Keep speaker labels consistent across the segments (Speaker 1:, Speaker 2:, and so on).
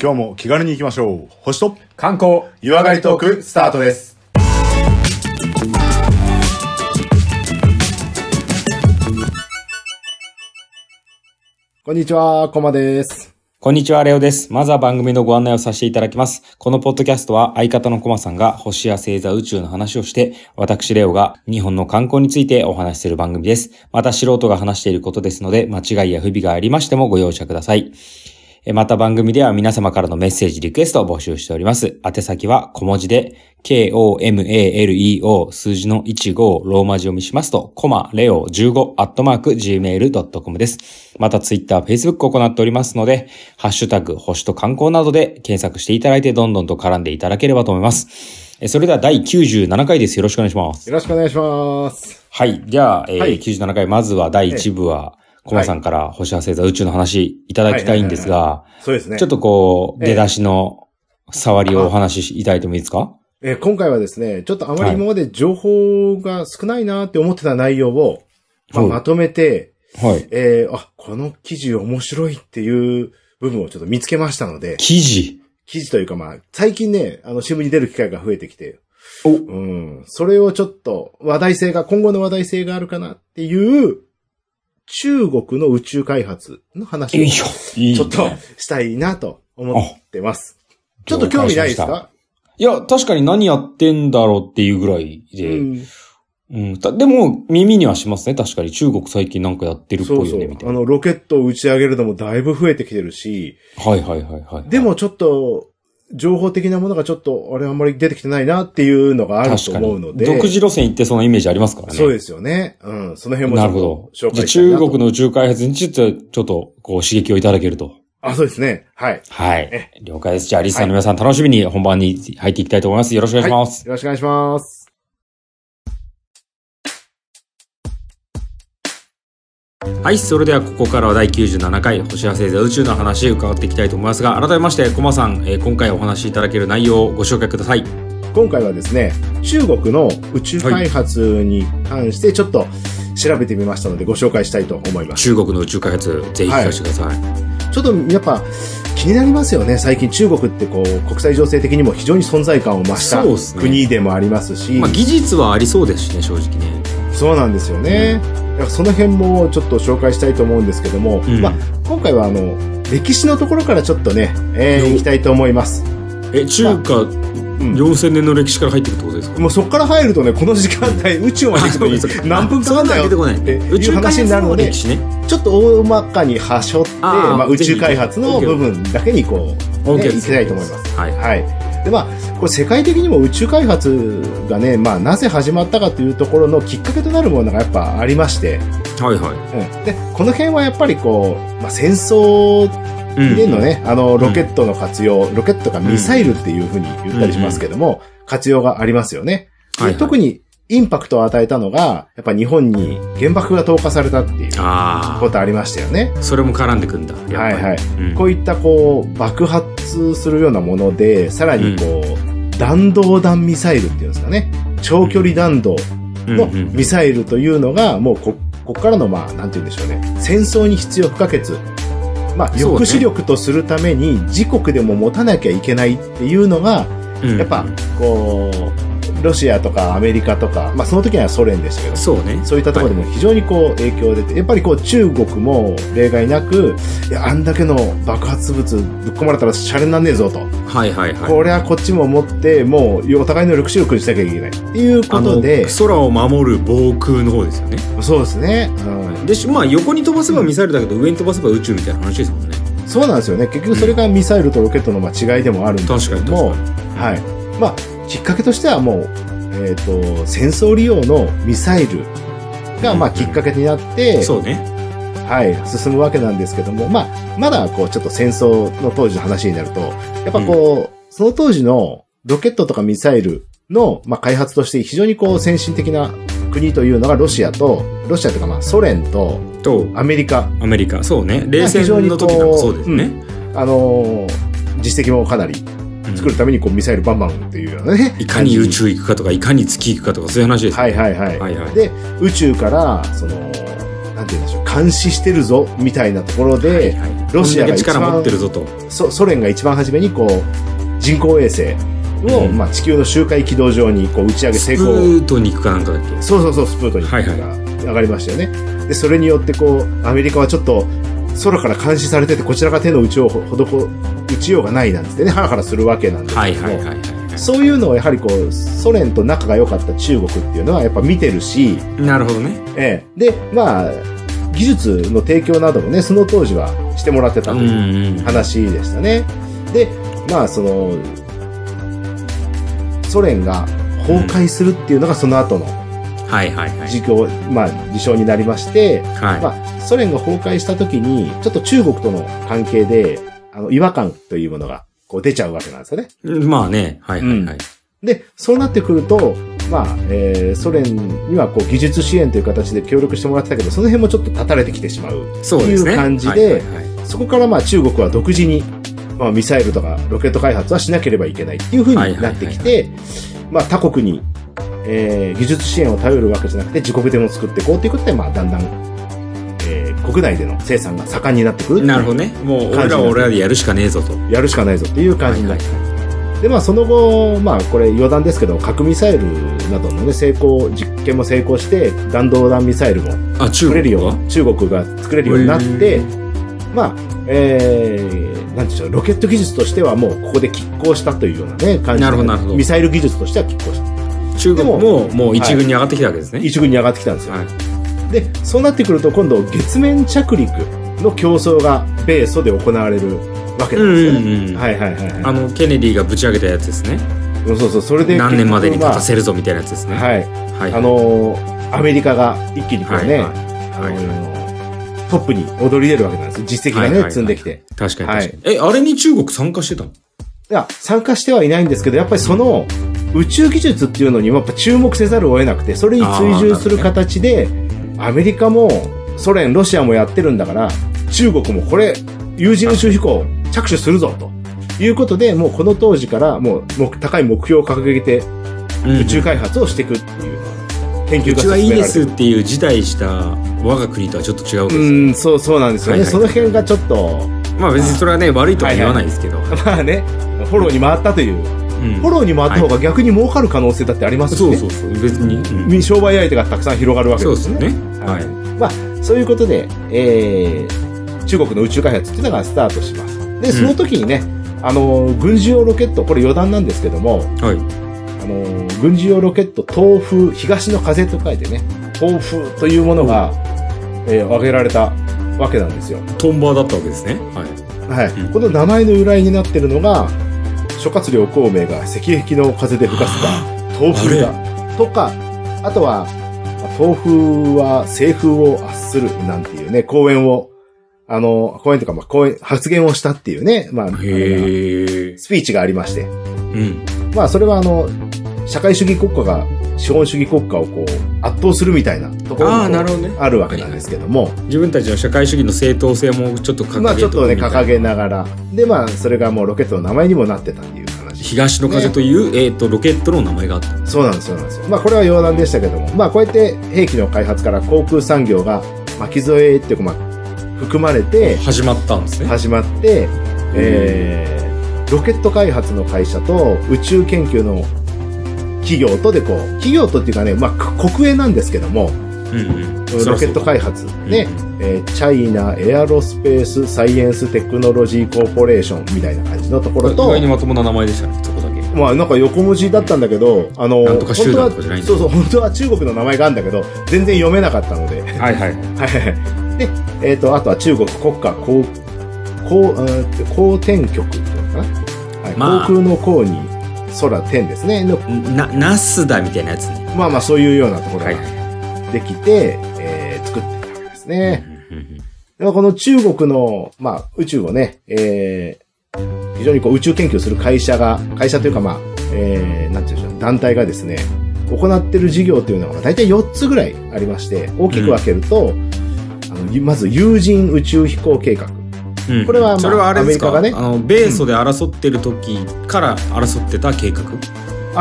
Speaker 1: 今日も気軽に行きましょう。星と
Speaker 2: 観光
Speaker 1: 湯上がりトークスタートです。
Speaker 3: こんにちは、コマです。
Speaker 2: こんにちは、レオです。まずは番組のご案内をさせていただきます。このポッドキャストは相方のコマさんが星や星座宇宙の話をして、私レオが日本の観光についてお話しする番組です。また素人が話していることですので、間違いや不備がありましてもご容赦ください。えまた番組では皆様からのメッセージ、リクエストを募集しております。宛先は小文字で、k-o-m-a-l-e-o 数字の15ローマ字読みしますと、コマ、レオ15、アットマーク、gmail.com です。またツイッター、フェイスブックを行っておりますので、ハッシュタグ、星と観光などで検索していただいて、どんどんと絡んでいただければと思います。えそれでは第97回です。よろしくお願いします。
Speaker 3: よろしくお願いします。
Speaker 2: はい。じゃあ、えー
Speaker 1: はい
Speaker 2: 97回、まずは第1部は、コマさんから星や星座宇宙の話いただきたいんですが、
Speaker 1: そうですね。
Speaker 2: ちょっとこう、
Speaker 3: ええ
Speaker 2: 出だしの触りをお話しいただいてもいいですか
Speaker 3: えー今回はですね、ちょっとあま
Speaker 2: は
Speaker 3: り
Speaker 2: い
Speaker 3: 今まで情報が少ないなって思ってた内容を、まあ
Speaker 2: はい
Speaker 3: まとめて、
Speaker 2: はい。
Speaker 3: えーあ、この記事面白いっていう部分をちょっと見つけましたので、
Speaker 2: 記事。
Speaker 3: 記事というかまあ、最近ね、あの、新聞に出る機会が増えてきて、
Speaker 2: お
Speaker 3: うん、それをちょっと話題性が、今後の話題性があるかなっていう、中国の宇宙開発の話
Speaker 2: よ
Speaker 3: を
Speaker 2: いしょ。いい
Speaker 3: ちょっとしたいなと思ってます。ちょっと興味ないですか
Speaker 2: いや、確かに何やってんだろうっていうぐらいで。
Speaker 3: う
Speaker 2: うん。
Speaker 3: ん、
Speaker 2: たでも、耳にはしますね。確かに中国最近なんかやってるっぽい
Speaker 3: そ
Speaker 2: よ
Speaker 3: う
Speaker 2: ね、
Speaker 3: そう。
Speaker 2: みたい
Speaker 3: あ
Speaker 2: な。
Speaker 3: の、ロケットを打ち上げるのもだいぶ増えてきてるし、
Speaker 2: はいはいはいはい。
Speaker 3: で、もちょっと、情報的なものがちょっと、あれあんまり出てきてないなっていうのがあると
Speaker 2: 確か
Speaker 3: 思う
Speaker 2: に
Speaker 3: ので。
Speaker 2: 独自路線行ってそのイメージありますからね。。
Speaker 3: そうですすよね。うん。その辺も
Speaker 2: な
Speaker 3: ち
Speaker 2: る
Speaker 3: ょ
Speaker 2: ほど。
Speaker 3: っと紹
Speaker 2: じゃあ
Speaker 3: 介したいな
Speaker 2: 中
Speaker 3: と
Speaker 2: 国の宇宙開発について、ちょっと、こう、刺激をいただけると。
Speaker 3: あ、そうですね。はい。
Speaker 2: はい。了解です。じゃあ、リスナーの皆さん、楽しみに本番に入っていきたいと思います。よろしくお願いします。
Speaker 3: よろしくお願いします。
Speaker 2: はい、それではここからは第97回星や星座宇宙の話伺っていきたいと思いますが改めましてコマさん、えー今回お話しいただける内容をご紹介ください
Speaker 3: 今回はですね、中国の宇宙開発に関してちょっと調べてみましたのでご紹介したいと思います。
Speaker 2: 中国の宇宙開発ぜひ聞かせてください、
Speaker 3: ちょっとやっぱ気になりますよね。最近中国ってこう国際情勢的にも非常に存在感を増し
Speaker 2: そうっす
Speaker 3: た
Speaker 2: ね
Speaker 3: 国でもありますし、
Speaker 2: まあ、技術はありそうですしね正直ね、
Speaker 3: そうなんですよね。だからその辺もちょっと紹介したいと思うんですけども、
Speaker 2: うん
Speaker 3: まあ、今回はあの歴史のところからちょっとね、えー
Speaker 2: よ
Speaker 3: いきたいと思います。
Speaker 2: え中華
Speaker 3: ん
Speaker 2: 4000年の歴史から入ってくってことですか、
Speaker 3: もうそこから入るとね、この時間 帯、宇宙まで行くとね
Speaker 2: あそうです
Speaker 3: 何分かかんないよ
Speaker 2: そんな
Speaker 3: っ
Speaker 2: ん
Speaker 3: て
Speaker 2: 出てこない宇
Speaker 3: い
Speaker 2: 宙
Speaker 3: う話
Speaker 2: 開発
Speaker 3: になるの
Speaker 2: の
Speaker 3: で
Speaker 2: 歴、史ね
Speaker 3: ちょっと大まかにはしょって、
Speaker 2: あー
Speaker 3: まあ、宇
Speaker 2: ぜひ
Speaker 3: 宙開発の部分だけにこう、
Speaker 2: OK
Speaker 3: ね、
Speaker 2: です
Speaker 3: いきたいと思います。
Speaker 2: はい、
Speaker 3: はい。で、まあ、これ世界的にも宇宙開発がね、まあ、なぜ始まったかというところのきっかけとなるものがやっぱありまして、
Speaker 2: はいは
Speaker 3: うん。で、この辺はやっぱりこう、まあ、戦争
Speaker 2: いうん
Speaker 3: でのね、あの、ロケットの活用、ロケットがミサイルっていうふうに言ったりしますけども、活用がありますよね。
Speaker 2: はいはい
Speaker 3: で特にインパクトを与えたのが、やっぱ日本に原爆が投下されたっていう
Speaker 2: あ
Speaker 3: ことありましたよね。
Speaker 2: あそれも絡んでくんだやっぱり
Speaker 3: はいはい。
Speaker 2: うん
Speaker 3: こういったこう、爆発するようなもので、さらにこう、弾道弾ミサイルっていうんですかね。長距離弾道の
Speaker 2: うんうん
Speaker 3: ミサイルというのが、もうこ、こっからの、まあ、なんて言うんでしょうね。戦争に必要不可欠。まあ、
Speaker 2: そうね
Speaker 3: 抑止力とするために、自国でも持たなきゃいけないっていうのが、
Speaker 2: うん
Speaker 3: やっぱ、こう、ロシアとかアメリカとか、まあ、その時にはソ連でしたけど、
Speaker 2: そうね
Speaker 3: そういったところでも非常にこう影響が出て、やっぱりこう中国も例外なく、いや、あんだけの爆発物ぶっ込まれたらシャレになんねえぞと。
Speaker 2: はいはいはい
Speaker 3: これはこっちも持って、もうお互いの抑止力にしなきゃいけない。っていうこ
Speaker 2: あの
Speaker 3: とで、
Speaker 2: 空を守る防空の方ですよね
Speaker 3: そうですね、うん
Speaker 2: でしまあ横に飛ばせばミサイルだけど、上に飛ばせば宇宙みたいな話ですもんね
Speaker 3: そうなんですよね。結局それがミサイルとロケットのまあ違いでもあるんです
Speaker 2: 確
Speaker 3: け
Speaker 2: かに
Speaker 3: ど
Speaker 2: 確
Speaker 3: も、
Speaker 2: かに
Speaker 3: はい。まあ、きっかけとしてはもう、えっ、と、戦争利用のミサイルが、まあ、きっかけになって、
Speaker 2: そうね
Speaker 3: はい、進むわけなんですけども、まあ、まだこう、ちょっと戦争の当時の話になると、やっぱこう、その当時のロケットとかミサイルの、まあ、開発として非常にこう、先進的な国というのがロシアと、ロシアというかまあ、ソ連と
Speaker 2: と
Speaker 3: アメリカ、
Speaker 2: アメリカそうね冷戦の時なんかそうですね、
Speaker 3: あのー実績もかなり
Speaker 2: うん
Speaker 3: 作るためにこう、ミサイルバンバンっていうようなね。
Speaker 2: いかに宇宙行くかとかいかに月行くかとかそういう話です、
Speaker 3: はいはいはい。
Speaker 2: はいはい
Speaker 3: で、宇宙から、その、なんていうんなんて言うんでしょう、監視してるぞ、みたいなところで、ロシアが
Speaker 2: こんだけ
Speaker 3: 一番
Speaker 2: 力持ってるぞと。
Speaker 3: そソ連が一番初めにこう、人工衛星を、
Speaker 2: うん
Speaker 3: まあ、地球の周回軌道上にこう打ち上げ成
Speaker 2: スプ
Speaker 3: 功。
Speaker 2: ートニクかなんかだっけ
Speaker 3: そうそうそう、スプートニク
Speaker 2: はい
Speaker 3: が上がりましたよね。で、それによってこう、アメリカはちょっと空から監視されてて、こちらが手の打ちようほ、ほどこ、打ちようがないなんつってね、ハラハラするわけなんです
Speaker 2: は
Speaker 3: け
Speaker 2: い
Speaker 3: ども、
Speaker 2: はいはいはい。
Speaker 3: そういうのをやはりこう、ソ連と仲が良かった中国っていうのはやっぱ見てるし、
Speaker 2: なるほどね。
Speaker 3: ええ、で、まあ、技術の提供などもね、その当時はしてもらってた
Speaker 2: う
Speaker 3: と
Speaker 2: ん
Speaker 3: いう
Speaker 2: うん。
Speaker 3: 話でしたね。で、まあその、ソ連が崩壊するっていうのがその後の
Speaker 2: はいはいはい。
Speaker 3: 事業、まあ事象になりまして、
Speaker 2: は
Speaker 3: まあソ連が崩壊した時に、ちょっと中国との関係で、あの、違和感というものがこう出ちゃうわけなんですよね。
Speaker 2: い。まあね。はいはいはい。
Speaker 3: で、そうなってくると、まあ、えーソ連にはこう技術支援という形で協力してもらってたけど、その辺もちょっと断たれてきてしまう。
Speaker 2: そうですね。
Speaker 3: っていう感じで
Speaker 2: はいはいはい
Speaker 3: そこからまあ中国は独自に、まあ、ミサイルとかロケット開発はしなければいけないっていうふうになってきて、まあ他国に、えー技術支援を頼るわけじゃなくて自国でも作っていこうということで、まあだんだん、えー国内での生産が盛んになってくる。
Speaker 2: なるほどね。もう、俺らは俺らでやるしかねえぞと。
Speaker 3: やるしかないぞっていう感じになってで、まあその後、まあこれ余談ですけど、核ミサイルなどのね、成功、実験も成功して、弾道弾ミサイルも
Speaker 2: あ、中
Speaker 3: 作れる
Speaker 2: 国
Speaker 3: よ
Speaker 2: は
Speaker 3: う中国が作れるようになって、まあ、えー、なんでしょう、ロケット技術としてはもうここで拮抗したというようなね、感じ
Speaker 2: なるほどなるほど
Speaker 3: ミサイル技術としては拮抗した。
Speaker 2: 中国ももう一軍に上がってきたわけですね。
Speaker 3: 一軍に上がってきたんですよ。
Speaker 2: はい。
Speaker 3: で、そうなってくると今度、月面着陸の競争が米ソで行われるわけ
Speaker 2: う
Speaker 3: なん
Speaker 2: ん
Speaker 3: ですよね。
Speaker 2: うんうん。
Speaker 3: はいはいはいはい。
Speaker 2: あの、ケネディがぶち上げたやつですね。
Speaker 3: そうそうそう、それで
Speaker 2: 何年までに立た
Speaker 3: 結
Speaker 2: せるぞみたいなやつです
Speaker 3: 局
Speaker 2: ね。
Speaker 3: まあ
Speaker 2: はい。
Speaker 3: はい。
Speaker 2: はい。
Speaker 3: あのーアメリカが一気にこ
Speaker 2: は
Speaker 3: う
Speaker 2: い、
Speaker 3: ね、
Speaker 2: はいはい
Speaker 3: あのートップに躍り出るわけなんですよ。実績が
Speaker 2: は
Speaker 3: ね、
Speaker 2: いはいはい
Speaker 3: 積んできて。
Speaker 2: 確かに確かに。え、あれに中国参加してたの
Speaker 3: いや、参加してはいないんですけど、やっぱりその、宇宙技術っていうのにもやっぱ注目せざるを得なくて、それに追従する形で、アメリカも、ソ連、ロシアもやってるんだから、中国もこれ、有人宇宙飛行着手するぞ、ということで、もうこの当時から、もうもう、高い目標を掲げて、
Speaker 2: うん
Speaker 3: 宇宙開発をしていくっていうのは、研
Speaker 2: う
Speaker 3: 究が
Speaker 2: ち
Speaker 3: 進
Speaker 2: はいい
Speaker 3: めら
Speaker 2: で
Speaker 3: れて
Speaker 2: す
Speaker 3: る。
Speaker 2: っていう辞退した我が国とはちょっと違うわけ
Speaker 3: う
Speaker 2: ですよ。
Speaker 3: ん、そう、そうなんですよね。
Speaker 2: はいはい
Speaker 3: その辺がちょっと、
Speaker 2: まあ別にそれはね、悪いとは言わないですけど。
Speaker 3: まあね、フォローに回ったという、
Speaker 2: うん
Speaker 3: フォローに回った方が逆に儲かる可能性だってありますよ
Speaker 2: そう
Speaker 3: ね。
Speaker 2: そうそう。別に。うん
Speaker 3: み商売相手がたくさん広がるわけ
Speaker 2: そう
Speaker 3: で
Speaker 2: ですす
Speaker 3: よ
Speaker 2: ね
Speaker 3: ね。。
Speaker 2: はい。
Speaker 3: まあ、そういうことで、えー中国の宇宙開発っていうのがスタートします。で、その時にね、あのー、軍事用ロケット、これ余談なんですけども、
Speaker 2: はい。
Speaker 3: あのー、軍事用ロケット、東風、東の風と書いてね、東風というものが、えー挙げられたわけなんですよ。
Speaker 2: トンバーだったわけですね。はい。
Speaker 3: はい。
Speaker 2: うん
Speaker 3: この名前の由来になってるのが、諸葛亮孔明が赤壁の風で吹かせた東風だ。とか、あとは、まあ東風は西風を圧するなんていうね、講演を、あの、講演というか、まあ、講演、発言をしたっていうね、まあ、あの
Speaker 2: へえ。
Speaker 3: スピーチがありまして。
Speaker 2: うん。
Speaker 3: まあ、それはあの、社会主義国家が資本主義国家をこう、圧倒するみたいなところ
Speaker 2: ああ、
Speaker 3: に
Speaker 2: なる
Speaker 3: こ
Speaker 2: ほどね
Speaker 3: う。あるわけなんですけども、
Speaker 2: 自分たちの社会主義の正当性もちょっと掲げて
Speaker 3: まあ、ちょっとね、掲げな
Speaker 2: ら。
Speaker 3: がら。で、まあ、それがもうロケットの名前にもなってたっていう話。
Speaker 2: 東の風という、えっ、と、ロケットの名前があった。
Speaker 3: そうなんです、そうなんですよ。まあ、これは余談でしたけども、まあ、こうやって兵器の開発から航空産業が巻き添えっていうか、まあ、含まれて、
Speaker 2: 始まったんですね。
Speaker 3: 始まって、えーロケット開発の会社と宇宙研究の企業とでこう、企業とっていうかね、まあ、く国営なんですけども、
Speaker 2: うんうん。
Speaker 3: ロケット開発、ね、えーチャイナエアロスペースサイエンステクノロジーコーポレーションみたいな感じのとこ
Speaker 2: こ
Speaker 3: ろ
Speaker 2: れ意
Speaker 3: と
Speaker 2: 外に、まともな名前でしたね、そこだけ。
Speaker 3: まあなんか横文字だったんだけど、あの、
Speaker 2: なんとか集団とかじゃないんだ
Speaker 3: 本当はそうそう、本当は中国の名前があるんだけど、全然読めなかったので。 はい
Speaker 2: はいは
Speaker 3: は
Speaker 2: い。
Speaker 3: い。で、えっ、と、あとは中国国家航、航、うん航天局っていうのかな、はい
Speaker 2: まあ
Speaker 3: 航空の航に空天ですね。の
Speaker 2: な、ナスダみたいなやつね。
Speaker 3: まあまあそういうようなところが
Speaker 2: はいは
Speaker 3: できて、えー作ってたわけです
Speaker 2: い。
Speaker 3: ね。
Speaker 2: うんうんうん
Speaker 3: でこの中国の、まあ、宇宙をね、えー非常にこう宇宙研究する会社が、会社というかまあ、えー、なんていうんでしょう、団体がですね、行ってる事業というのが大体4つぐらいありまして、大きく分けると、あのまず有人宇宙飛行計画。
Speaker 2: うん
Speaker 3: これはまあ
Speaker 2: それはあれですか
Speaker 3: アメリカがね
Speaker 2: あの米ソで争ってる時から争ってた計画、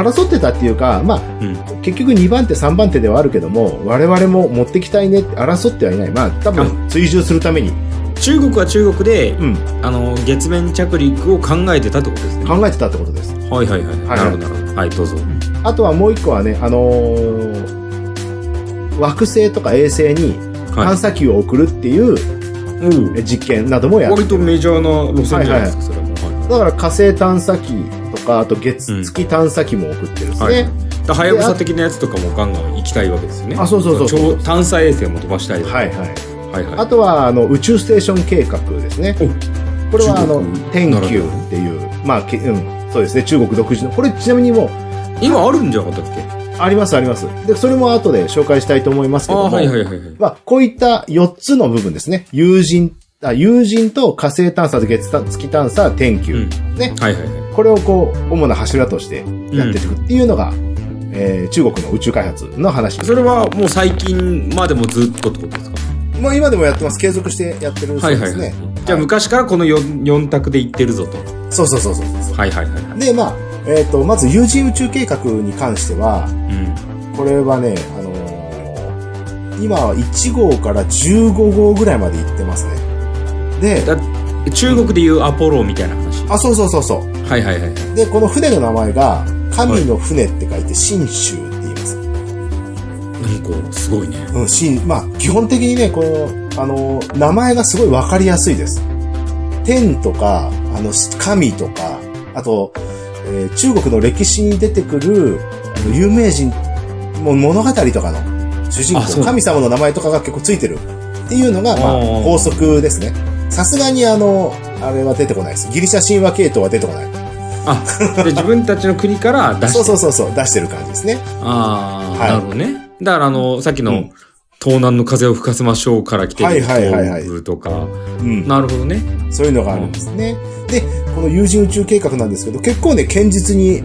Speaker 3: 争ってたっていうか、まあ、
Speaker 2: うん。
Speaker 3: 結局2番手3番手ではあるけども、我々も持ってきたいねって争ってはいない。まあ、多分追従するために、
Speaker 2: 中国は中国で、
Speaker 3: うん、
Speaker 2: あの、月面着陸を考えてたってことですね。
Speaker 3: 考えてたってことです。
Speaker 2: はいはいはい。
Speaker 3: はい
Speaker 2: なるほどなるほど。はい、どうぞ。
Speaker 3: あとはもう一個はね、あのー惑星とか衛星に
Speaker 2: は
Speaker 3: 探査機を送るっていう
Speaker 2: い。うん。
Speaker 3: 実験などもやる。
Speaker 2: 割とメジャーな路線じゃないですか、それも。はい
Speaker 3: だから火星探査機とか、あと月、
Speaker 2: うん
Speaker 3: 月探査機も送ってるんです
Speaker 2: はい
Speaker 3: ね。
Speaker 2: だはやぶさ的なやつとかもガンガン行きたいわけですよね。
Speaker 3: あそうそうそうそう
Speaker 2: 超探査衛星も飛ばしたい。
Speaker 3: はい、はい、
Speaker 2: はいはい。
Speaker 3: あとは、あの、宇宙ステーション計画ですね
Speaker 2: お。
Speaker 3: これは、あの
Speaker 2: 中国、
Speaker 3: 天球っていう、まあ、けうん、そうですね、中国独自の。これちなみにもう、
Speaker 2: 今あるんじゃなかったっけ
Speaker 3: ありますあります。で、それも後で紹介したいと思いますけ
Speaker 2: あ
Speaker 3: ども。
Speaker 2: あー、はいはいはいはい。
Speaker 3: まあ、こういった4つの部分ですね。友人、あ友人と火星探査と月探月探査、天球、
Speaker 2: うん
Speaker 3: ね。
Speaker 2: はいはいは
Speaker 3: これをこう、主な柱としてやっていくっていうのが、えー中国の宇宙開発の話
Speaker 2: い。。それはもう最近までもずっとってことですか
Speaker 3: まあ、今でもやってます。継続してやってるそうですね。
Speaker 2: じゃあ昔からこの 4, 四択で行ってるぞと。
Speaker 3: そうそうそうそうそ
Speaker 2: はいはいはいは
Speaker 3: う。で、まあ、えっ、と、まず有人宇宙計画に関しては、
Speaker 2: い。うん。
Speaker 3: これはね、あのー今は1号から15号ぐらいまで行ってますね。で、
Speaker 2: だ中国でいうアポロみたいな話。
Speaker 3: あ、そうそうそうそう。
Speaker 2: はいはいはい。
Speaker 3: で、この船の名前が、神の船って書いて、神州って言います。
Speaker 2: なんかすごいね。
Speaker 3: うん、神、まあ、基本的にね、この、あの、名前がすごいわかりやすいです。天とか、あの、神とか、あと、えー中国の歴史に出てくる、あの有名人、もう物語とかの主人
Speaker 2: あそう
Speaker 3: 公、神様の名前とかが結構ついてるっていうのが、まあ
Speaker 2: おー、
Speaker 3: 法則ですね。さすがにあの、あれは出てこないです。ギリシャ神話系統は出てこない。
Speaker 2: あ、で自分たちの国から出して。
Speaker 3: そうそうそうそう、出してる感じですね。
Speaker 2: あ
Speaker 3: は
Speaker 2: あ、
Speaker 3: い
Speaker 2: なるほどね。だからあの、さっきの、
Speaker 3: うん
Speaker 2: 東南の風を吹かせましょうから来てる
Speaker 3: はいはいはいはい
Speaker 2: 東部とか、
Speaker 3: うん。
Speaker 2: なるほどね。
Speaker 3: そういうのがあるんですね。で、この有人宇宙計画なんですけど、結構ね、堅実に、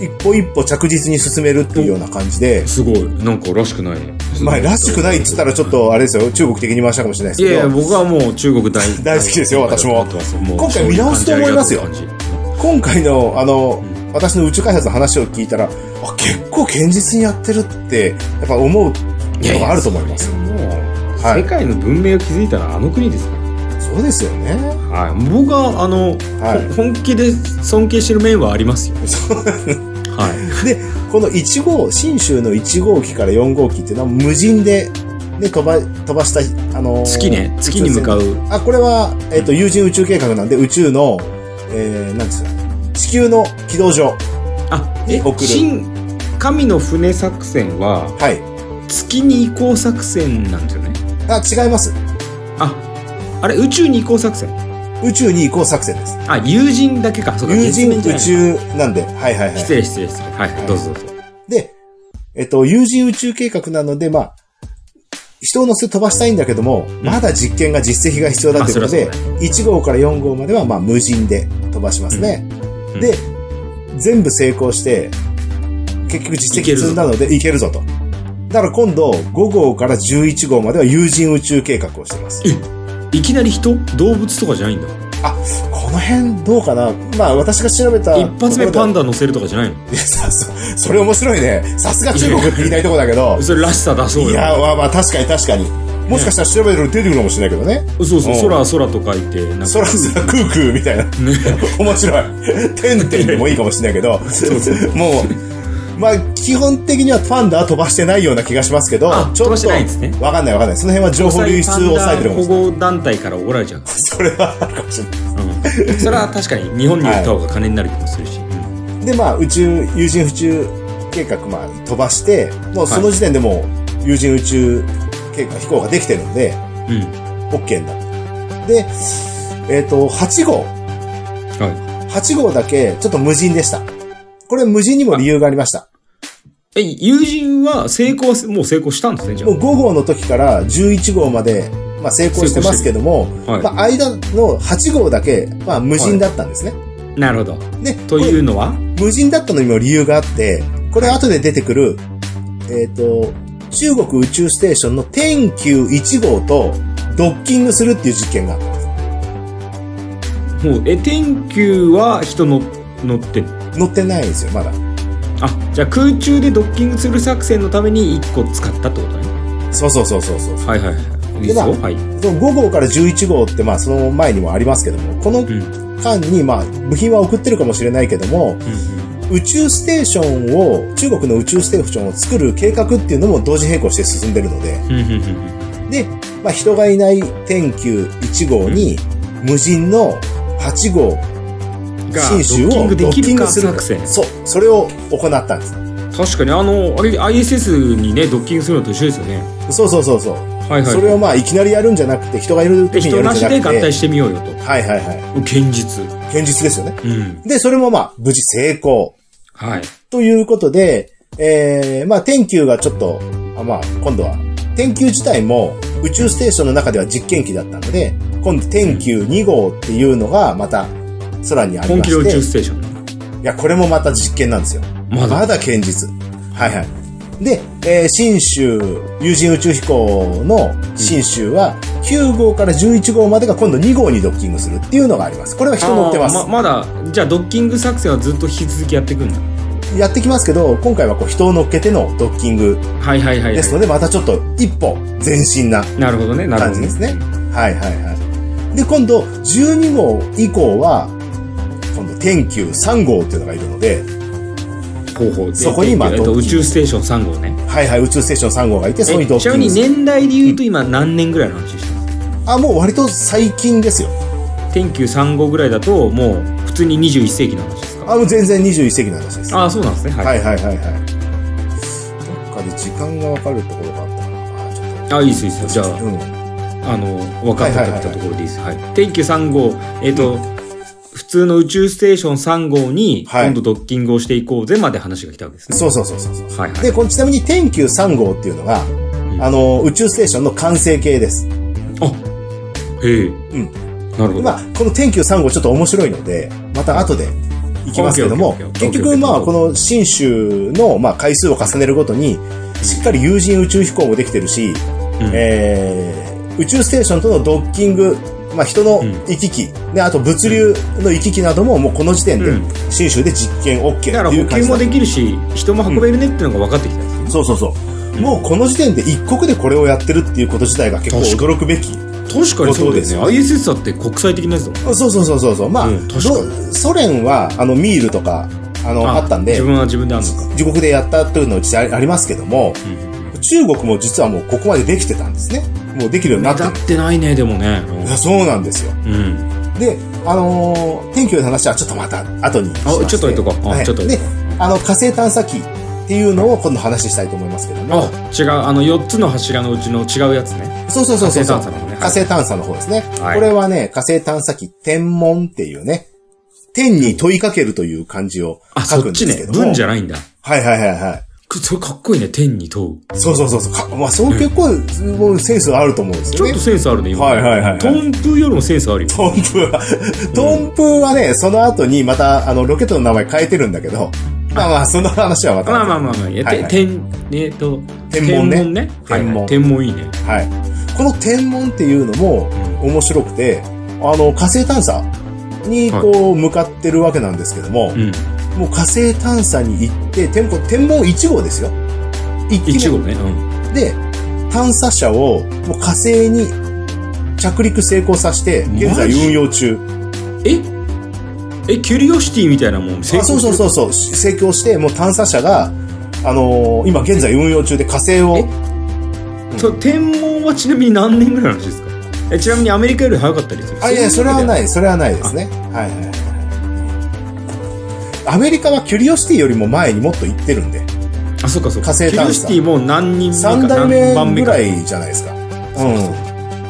Speaker 3: 一歩一歩着実に進めるっていうような感じで、
Speaker 2: すごい。なんからしくないね。
Speaker 3: まあ、らしくないって言ったらちょっと、あれですよ、中国的に回したかもしれない
Speaker 2: い
Speaker 3: です
Speaker 2: や
Speaker 3: け
Speaker 2: いや、
Speaker 3: ど、
Speaker 2: 僕はもう中国大
Speaker 3: 大好きですよ私も
Speaker 2: 今
Speaker 3: 今回見直すと思いますよ今回の、あの、
Speaker 2: う
Speaker 3: 私の宇宙開発の話を聞いたら、あ、結構堅実にやってるって、やっぱ思うのがあると思います。
Speaker 2: もう、
Speaker 3: はい
Speaker 2: 世界の文明を築いたのはあの国ですから。
Speaker 3: そうですよね。
Speaker 2: はい。僕は、あの、
Speaker 3: はい。
Speaker 2: ほ本気で尊敬してる面はありま すよ。はい。
Speaker 3: この1号、新州の1号機から4号機っていうのは無人で、ね、飛ば、飛ばした、あのー
Speaker 2: 月ね、月に向かう。
Speaker 3: あ、これは、えっ、と、有人宇宙計画なんで、宇宙の、えー、なんですか、地球の軌道上。
Speaker 2: あ、え
Speaker 3: 送、る
Speaker 2: 新、神の船作戦は、
Speaker 3: はい。
Speaker 2: 月に移行作戦なんじゃない
Speaker 3: あ、違います。
Speaker 2: あ、あれ、宇宙に移行作戦
Speaker 3: 宇宙に移行作戦です。
Speaker 2: あ、友人だけか。そうか、
Speaker 3: 有人
Speaker 2: 月面じゃ
Speaker 3: 宇
Speaker 2: ない
Speaker 3: 宙なんで、はいはいは
Speaker 2: 失
Speaker 3: い。
Speaker 2: 礼失礼失礼。はい、はい、どうぞどうぞ。
Speaker 3: で、えっ、と、有人宇宙計画なので、まあ、人を乗せて飛ばしたいんだけども、まだ実験が実績が必要だということで
Speaker 2: まあ、
Speaker 3: 1号から4号までは、まあ、無人で飛ばしますね。
Speaker 2: うん
Speaker 3: で、全部成功して、結局実績積んだので、いけるぞと。だから今度、5号から11号までは有人宇宙計画をしてます。
Speaker 2: いきなり人動物とかじゃないんだ。
Speaker 3: この辺どうかなまあ、私が調べた。
Speaker 2: 一発目パン
Speaker 3: ダ。
Speaker 2: ダ乗せるとかじゃないの
Speaker 3: いや、さ、そ それ面白いね。さすが中国って言いたいとこだけど。
Speaker 2: それらしさ出そうよ。
Speaker 3: いや、まあまあ、確かに確かに。もしかしたら調べてる出てくるかもしれないけどね。
Speaker 2: そうそう、
Speaker 3: うん
Speaker 2: 空は空と書いて、なんか。
Speaker 3: 空すら空空みたいな。
Speaker 2: ね。
Speaker 3: 面白い。てんてんでもいいかもしれないけど。もう、まあ、基本的にはパンダは飛ばしてないような気がしますけど
Speaker 2: あ、
Speaker 3: ちょ
Speaker 2: 飛ば
Speaker 3: っ
Speaker 2: して
Speaker 3: と、
Speaker 2: ないんですね
Speaker 3: わかんないわかんない。その辺は情報流出を抑えてるかもしれない。
Speaker 2: 保護団体から怒られちゃう。
Speaker 3: それはあるかもしれない。
Speaker 2: うん。それは確かに日本に行った方が金になる気もするし。うん
Speaker 3: で、まあ、宇宙、有人宇宙計画、まあ、飛ばして、もうその時点でもう、有人宇宙計画、飛行ができてるんで、
Speaker 2: うん。
Speaker 3: OK になる。で、えっ、と、8号。
Speaker 2: は
Speaker 3: 8号だけ、ちょっと無人でした。これ無人にも理由がありました。
Speaker 2: い。え、友人は成功は、もう成功したんですね、じゃ
Speaker 3: もう5号の時から11号まで、まあ、成功してますけども、
Speaker 2: あ。
Speaker 3: ま
Speaker 2: は
Speaker 3: あ、間の8号だけ、まあ、無人だったんですね。
Speaker 2: い。なるほど。
Speaker 3: で、
Speaker 2: と
Speaker 3: これ
Speaker 2: いうのは
Speaker 3: 無人だったのにも理由があって、これ後で出てくる、えっ、と、中国宇宙ステーションの天球1号とドッキングするっていう実験があったんです。
Speaker 2: もう、え、天球は人の乗ってんの
Speaker 3: 乗ってないんですよ、まだ。
Speaker 2: あ、じゃあ空中でドッキングする作戦のために1個使ったってことね。
Speaker 3: そうそうそうそうそう。
Speaker 2: はいはいはい。いい
Speaker 3: で
Speaker 2: ぞ。
Speaker 3: まあ
Speaker 2: はい。
Speaker 3: その5号から11号って、まあ、その前にもありますけども、この
Speaker 2: うん。
Speaker 3: 間に、まあ、部品は送ってるかもしれないけども、宇宙ステーションを、中国の宇宙ステーションを作る計画っていうのも同時並行して進んでるので、
Speaker 2: うんうんうんうん
Speaker 3: で、まあ、人がいない天球1号に、無人の8号、
Speaker 2: うん。が、ド
Speaker 3: 新州
Speaker 2: ッキン
Speaker 3: をド
Speaker 2: グで
Speaker 3: ッ
Speaker 2: き
Speaker 3: キン
Speaker 2: る
Speaker 3: グ
Speaker 2: か
Speaker 3: する
Speaker 2: 作戦。
Speaker 3: そう、それを行ったんです。
Speaker 2: 確かに、あの、あれ ISS にね、ドッキングするのと一緒ですよね。
Speaker 3: そうそうそうそう。
Speaker 2: はいはい。
Speaker 3: それをまあ、いきなりやるんじゃなくて、人がいる
Speaker 2: で、
Speaker 3: 時にや
Speaker 2: 人
Speaker 3: るん
Speaker 2: な
Speaker 3: じ
Speaker 2: し
Speaker 3: ゃな
Speaker 2: で合
Speaker 3: くて、
Speaker 2: 体してみようよと。
Speaker 3: はいはいは
Speaker 2: 現実。
Speaker 3: い。現実ですよね。
Speaker 2: うん。
Speaker 3: で、それもまあ、無事成功。
Speaker 2: はい。
Speaker 3: ということで、えー、まあ、天球がちょっと、あまあ、今度は、天球自体も宇宙ステーションの中では実験機だったので、今度天球2号っていうのがまた空にあり
Speaker 2: 本
Speaker 3: ま
Speaker 2: 気の宇宙
Speaker 3: して、
Speaker 2: ステーション。
Speaker 3: いや、これもまた実験なんですよ。
Speaker 2: まだ。
Speaker 3: まだ堅実。はいはい。で、えー、新州、有人宇宙飛行の新州は、9号から11号までが今度2号にドッキングするっていうのがあります。これは人乗ってます
Speaker 2: あー。ままだ、じゃあドッキング作戦はずっと引き続きやっていくんだ。
Speaker 3: やってきますけど、今回はこう人を乗っけてのドッキング
Speaker 2: はいはいはい、はい。
Speaker 3: ですので、またちょっと一歩前進な。
Speaker 2: なるほどね、なるほ
Speaker 3: 感
Speaker 2: ど、
Speaker 3: じですはいはいはい。で、今度、12号以降は、今度、天球3号っていうのがいるので、
Speaker 2: ほうほうで
Speaker 3: そこに今
Speaker 2: えっと、
Speaker 3: ドッキング
Speaker 2: 宇宙ステーション3号ね。
Speaker 3: はいはい、宇宙ステーション3号がいて、そこにド
Speaker 2: え
Speaker 3: ッ
Speaker 2: ちな
Speaker 3: キン
Speaker 2: み
Speaker 3: グ
Speaker 2: に
Speaker 3: する。
Speaker 2: 年代で言うと今何年ぐらいの話してます
Speaker 3: あ、もう割と最近ですよ。
Speaker 2: 天球3号ぐらいだと、もう普通に21世紀の話ですか
Speaker 3: あ、もう全然21世紀の話です。は
Speaker 2: ああ、そうなんですね。はいい。
Speaker 3: はいはいはい。どっかで時間がわかるところがあったかな。あちょっ
Speaker 2: あ、いいです、いいです。
Speaker 3: と
Speaker 2: じゃあ、
Speaker 3: うん。
Speaker 2: あの、分かってたところでいいです。はい天球3号、えっ、と、普通の宇宙ステーション3号に、
Speaker 3: はい
Speaker 2: 今度ドッキングをしていこうぜまで話が来たわけですね。
Speaker 3: そうそうそうそうそう。
Speaker 2: はいはい。
Speaker 3: で、このちなみに天球3号っていうのが、
Speaker 2: ん
Speaker 3: あの、宇宙ステーションの完成形です。
Speaker 2: あへえ。
Speaker 3: ん
Speaker 2: なるほど。
Speaker 3: まあ、この天球3号ちょっと面白いので、また後で行きますけども
Speaker 2: オッケーオッ、ケーオッケー
Speaker 3: 結局まあ、この新州のまあ回数を重ねるごとに、しっかり有人宇宙飛行もできてるし、
Speaker 2: うん
Speaker 3: えー、宇宙ステーションとのドッキング、まあ、人の
Speaker 2: うん
Speaker 3: 行き来、ね、あと物流の行き来などももうこの時点で
Speaker 2: うん、
Speaker 3: 新州で実験 OK って
Speaker 2: だから
Speaker 3: い
Speaker 2: 補
Speaker 3: う感
Speaker 2: 給
Speaker 3: じだ
Speaker 2: もできるし、人も運べるねっていうのが分かってきたんですね。
Speaker 3: そうそうそう。もうこの時点で一国でこれをやってるっていうこと自体が結構
Speaker 2: 確か
Speaker 3: 驚くべき。
Speaker 2: 確かにそうですね。
Speaker 3: そう
Speaker 2: ISS だって国際的なやつだもん。
Speaker 3: そうそうそうそうそう。まあ、
Speaker 2: うん確かに
Speaker 3: どソ連は、あの、ミールとか、あの、あったんで
Speaker 2: 自、分は自分であるのか。
Speaker 3: 自国でやったというの実際ありますけども、中国も実はもうここまでできてたんですね。もうできるようになって
Speaker 2: だってないね、でもね。
Speaker 3: いやそうなんですよ。
Speaker 2: うん。
Speaker 3: で、あのー天気の話はちょっとまた後にしまして
Speaker 2: あちょっと置いとこうあ
Speaker 3: はい
Speaker 2: ちょっと置い
Speaker 3: で
Speaker 2: と、
Speaker 3: あの、火星探査機っていうのを今度話したいと思いますけども。
Speaker 2: あ、違う、あの、4つの柱のうちの違うやつね。
Speaker 3: そうそうそうそう。
Speaker 2: 火星探査の方ね
Speaker 3: 火星探査の方ですね。
Speaker 2: はい
Speaker 3: これはね、火星探査機天文っていうね、天に問いかけるという漢字を
Speaker 2: あ、
Speaker 3: 書
Speaker 2: そ
Speaker 3: く
Speaker 2: っ
Speaker 3: んで
Speaker 2: ち
Speaker 3: す
Speaker 2: ね
Speaker 3: け。ども。
Speaker 2: 文じゃないんだ。
Speaker 3: はいはいはいはい。
Speaker 2: くそれかっこいいね。天に問う。
Speaker 3: そうそうそうそうか。まあ、そう結構、もうセンスあると思うんです
Speaker 2: ち
Speaker 3: よ
Speaker 2: ょっ
Speaker 3: ね
Speaker 2: と。センスあるね、今。
Speaker 3: はいはいはいはい
Speaker 2: トンプーよりもセンスあるよ。
Speaker 3: トンプーは、トンプーはね、その後にまた、あの、ロケットの名前変えてるんだけど、まあまあ、その話はまた。
Speaker 2: まあまあまあまあ、いや
Speaker 3: はいはい
Speaker 2: て天、えっと、
Speaker 3: 天文ね
Speaker 2: はいはい
Speaker 3: 天文
Speaker 2: 天文いいね。
Speaker 3: はい。この天文っていうのも面白くて、あの、火星探査にこう、向かってるわけなんですけども、
Speaker 2: うん。
Speaker 3: もう火星探査に行って、天文、天文1号ですよ。1
Speaker 2: 一号ね。うん。
Speaker 3: で、探査車をもう火星に着陸成功させて、現在
Speaker 2: マジ
Speaker 3: 運用中。
Speaker 2: ええ、キュリオシティみたいなもん成
Speaker 3: あそうそう
Speaker 2: う。
Speaker 3: そうそう、し成功して、もう探査車が、あのー今現在運用中で火星を、
Speaker 2: そう、天文はちなみに何年ぐらいの話ですかえ、ちなみにアメリカより早かったりする。
Speaker 3: あ、いや、それはないい、それはないですね。はいはいはい。アメリカはキュリオシティよりも前にもっと行ってるんで、
Speaker 2: あ、そうかそうか。
Speaker 3: 火星探査
Speaker 2: キュリオシティもう何人目か
Speaker 3: 3代
Speaker 2: 何番
Speaker 3: 目
Speaker 2: 目
Speaker 3: ぐ
Speaker 2: から
Speaker 3: いじゃないですか。う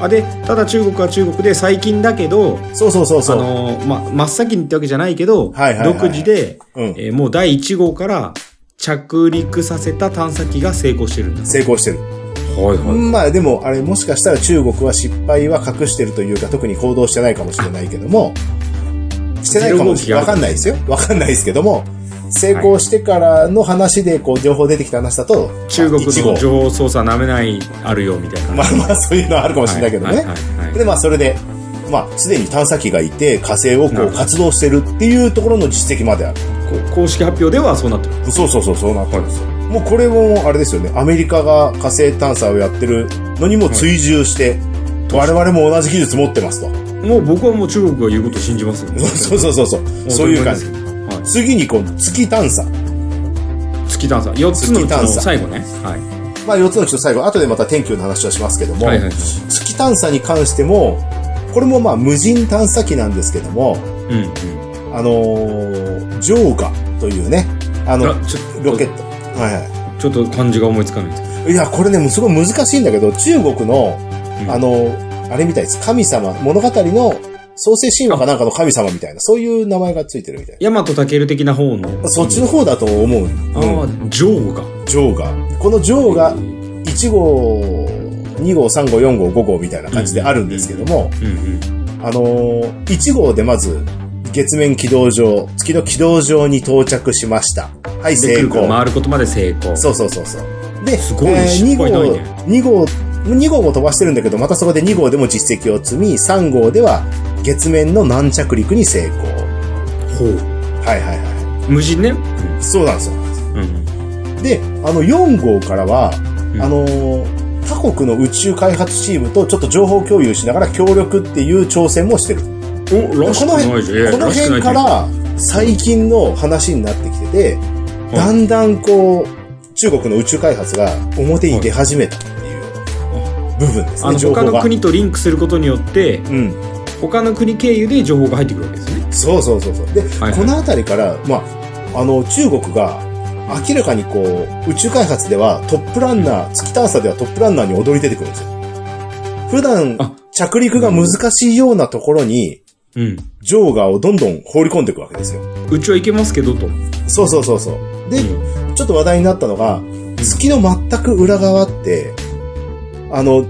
Speaker 2: あでただ中国は中国で最近だけど
Speaker 3: ん。そうそうそう
Speaker 2: あ
Speaker 3: そう。
Speaker 2: のー、ま、真っ先にってわけじゃないけど、
Speaker 3: はいはいはい
Speaker 2: 独自で、
Speaker 3: うん。
Speaker 2: えーもう第1号から着陸させた探査機が成功してるんです。
Speaker 3: 成功してる。
Speaker 2: はいは
Speaker 3: まあでも、あれもしかしたら中国は失敗は隠してるというか、特に行動してないかもしれないけども、してないかもしれ
Speaker 2: ゼロ
Speaker 3: ない。
Speaker 2: 号
Speaker 3: わ
Speaker 2: 機があ
Speaker 3: か
Speaker 2: る
Speaker 3: んないですよ。わかんないですけども、成功してからの話で、こう、情報出てきた話だと、
Speaker 2: 中
Speaker 3: まあ
Speaker 2: 国の
Speaker 3: 一号
Speaker 2: 情報操作なめないあるよみたいな。
Speaker 3: まあまあ、そういうのはあるかも
Speaker 2: も
Speaker 3: しれないけどね。
Speaker 2: はい
Speaker 3: で、まあ、それで、まあ、すでに探査機がいて、火星を
Speaker 2: な
Speaker 3: こ
Speaker 2: る
Speaker 3: う、
Speaker 2: ほど
Speaker 3: 活動してるっていうところの実績まである。
Speaker 2: こ公式発表ではそうなってる。
Speaker 3: そうそうそう、そんな感じです。もうこれも、あれですよね、アメリカが火星探査をやってるのにも追従して、我々も同じ技術持ってますと。
Speaker 2: もう僕はもう中国が言うことを信じますよ、ね。
Speaker 3: そうそうそうそう
Speaker 2: 本当。に
Speaker 3: そういう感じ。
Speaker 2: は
Speaker 3: 次に、こう、月探査。
Speaker 2: い。月探査。4つのうちの最後ね。は
Speaker 3: まあ、4つのうちの最後、後でまた天気の話はしますけど
Speaker 2: い。
Speaker 3: も、
Speaker 2: はいはいはい。
Speaker 3: 月探査に関しても、これもまあ、無人探査機なんですけども、
Speaker 2: うんうん。
Speaker 3: あのー、ジョーガというね、あの、
Speaker 2: あちょ
Speaker 3: ロケ
Speaker 2: っ
Speaker 3: ット。はいはい。
Speaker 2: と、ちょっと漢字が思いつかないですけ
Speaker 3: いや、これね、もうすごい難しいんだけど、中国の、
Speaker 2: うん
Speaker 3: あの、あれみたいです。神様、物語の創世神話かなんかの神様みたいな、そういう名前がついてるみたい
Speaker 2: ど。ヤマトタケル的な方の。
Speaker 3: な。そっちの方だと思う。うん、
Speaker 2: ああ、ジョーが。
Speaker 3: ジョーが。このジョーが
Speaker 2: うん
Speaker 3: 1号、2号、3号、4号、5号みたいな感じであるんですけども、
Speaker 2: うん。
Speaker 3: あのー、1号でまず、月面軌道上、月の軌道上に到着しました。はい、
Speaker 2: で、く
Speaker 3: 成
Speaker 2: るくる
Speaker 3: 功。
Speaker 2: 回ることまで成功。
Speaker 3: そうそうそうそう。で、
Speaker 2: すごい
Speaker 3: えー
Speaker 2: 失敗ないね
Speaker 3: 2号、2号、2号も飛ばしてるんだけど、またそこで2号でも実績を積み、3号では月面の軟着陸に成功。
Speaker 2: ほう。
Speaker 3: はいはいは
Speaker 2: 無人ね。
Speaker 3: い。そうなんですよ。
Speaker 2: うん。うん。
Speaker 3: で、あの4号からは、
Speaker 2: うん
Speaker 3: あのー他国の宇宙開発チームとちょっと情報共有しながら協力っていう挑戦もしてる。こ
Speaker 2: お、らしくないじゃんいや。
Speaker 3: の
Speaker 2: らしくな
Speaker 3: 辺
Speaker 2: いじゃ
Speaker 3: か
Speaker 2: ん
Speaker 3: ら最近の話になってきてて、
Speaker 2: い
Speaker 3: だんだんこう、中国の宇宙開発が表に出始めたっていう部分です
Speaker 2: あ
Speaker 3: ね、
Speaker 2: の、
Speaker 3: 情
Speaker 2: 他
Speaker 3: 報
Speaker 2: の
Speaker 3: が。
Speaker 2: 国とリンクすることによって、
Speaker 3: うん。
Speaker 2: 他の国経由で情報が入ってくるわけですね。
Speaker 3: そうそうそうそう。で、
Speaker 2: はいはい
Speaker 3: このあたりから、まあ、あの、中国が、明らかにこう、宇宙開発ではトップランナー、月探査ではトップランナーに躍り出てくるんですよ。普段
Speaker 2: あ、
Speaker 3: 着陸が難しいようなところに、
Speaker 2: うん。
Speaker 3: ジョーガーをどんどん放り込んでいくわけですよ。
Speaker 2: うちはいけますけど、と。
Speaker 3: そうそうそうそう。で、
Speaker 2: う
Speaker 3: ちょっと話題になったのが、月の全く裏側って、あの、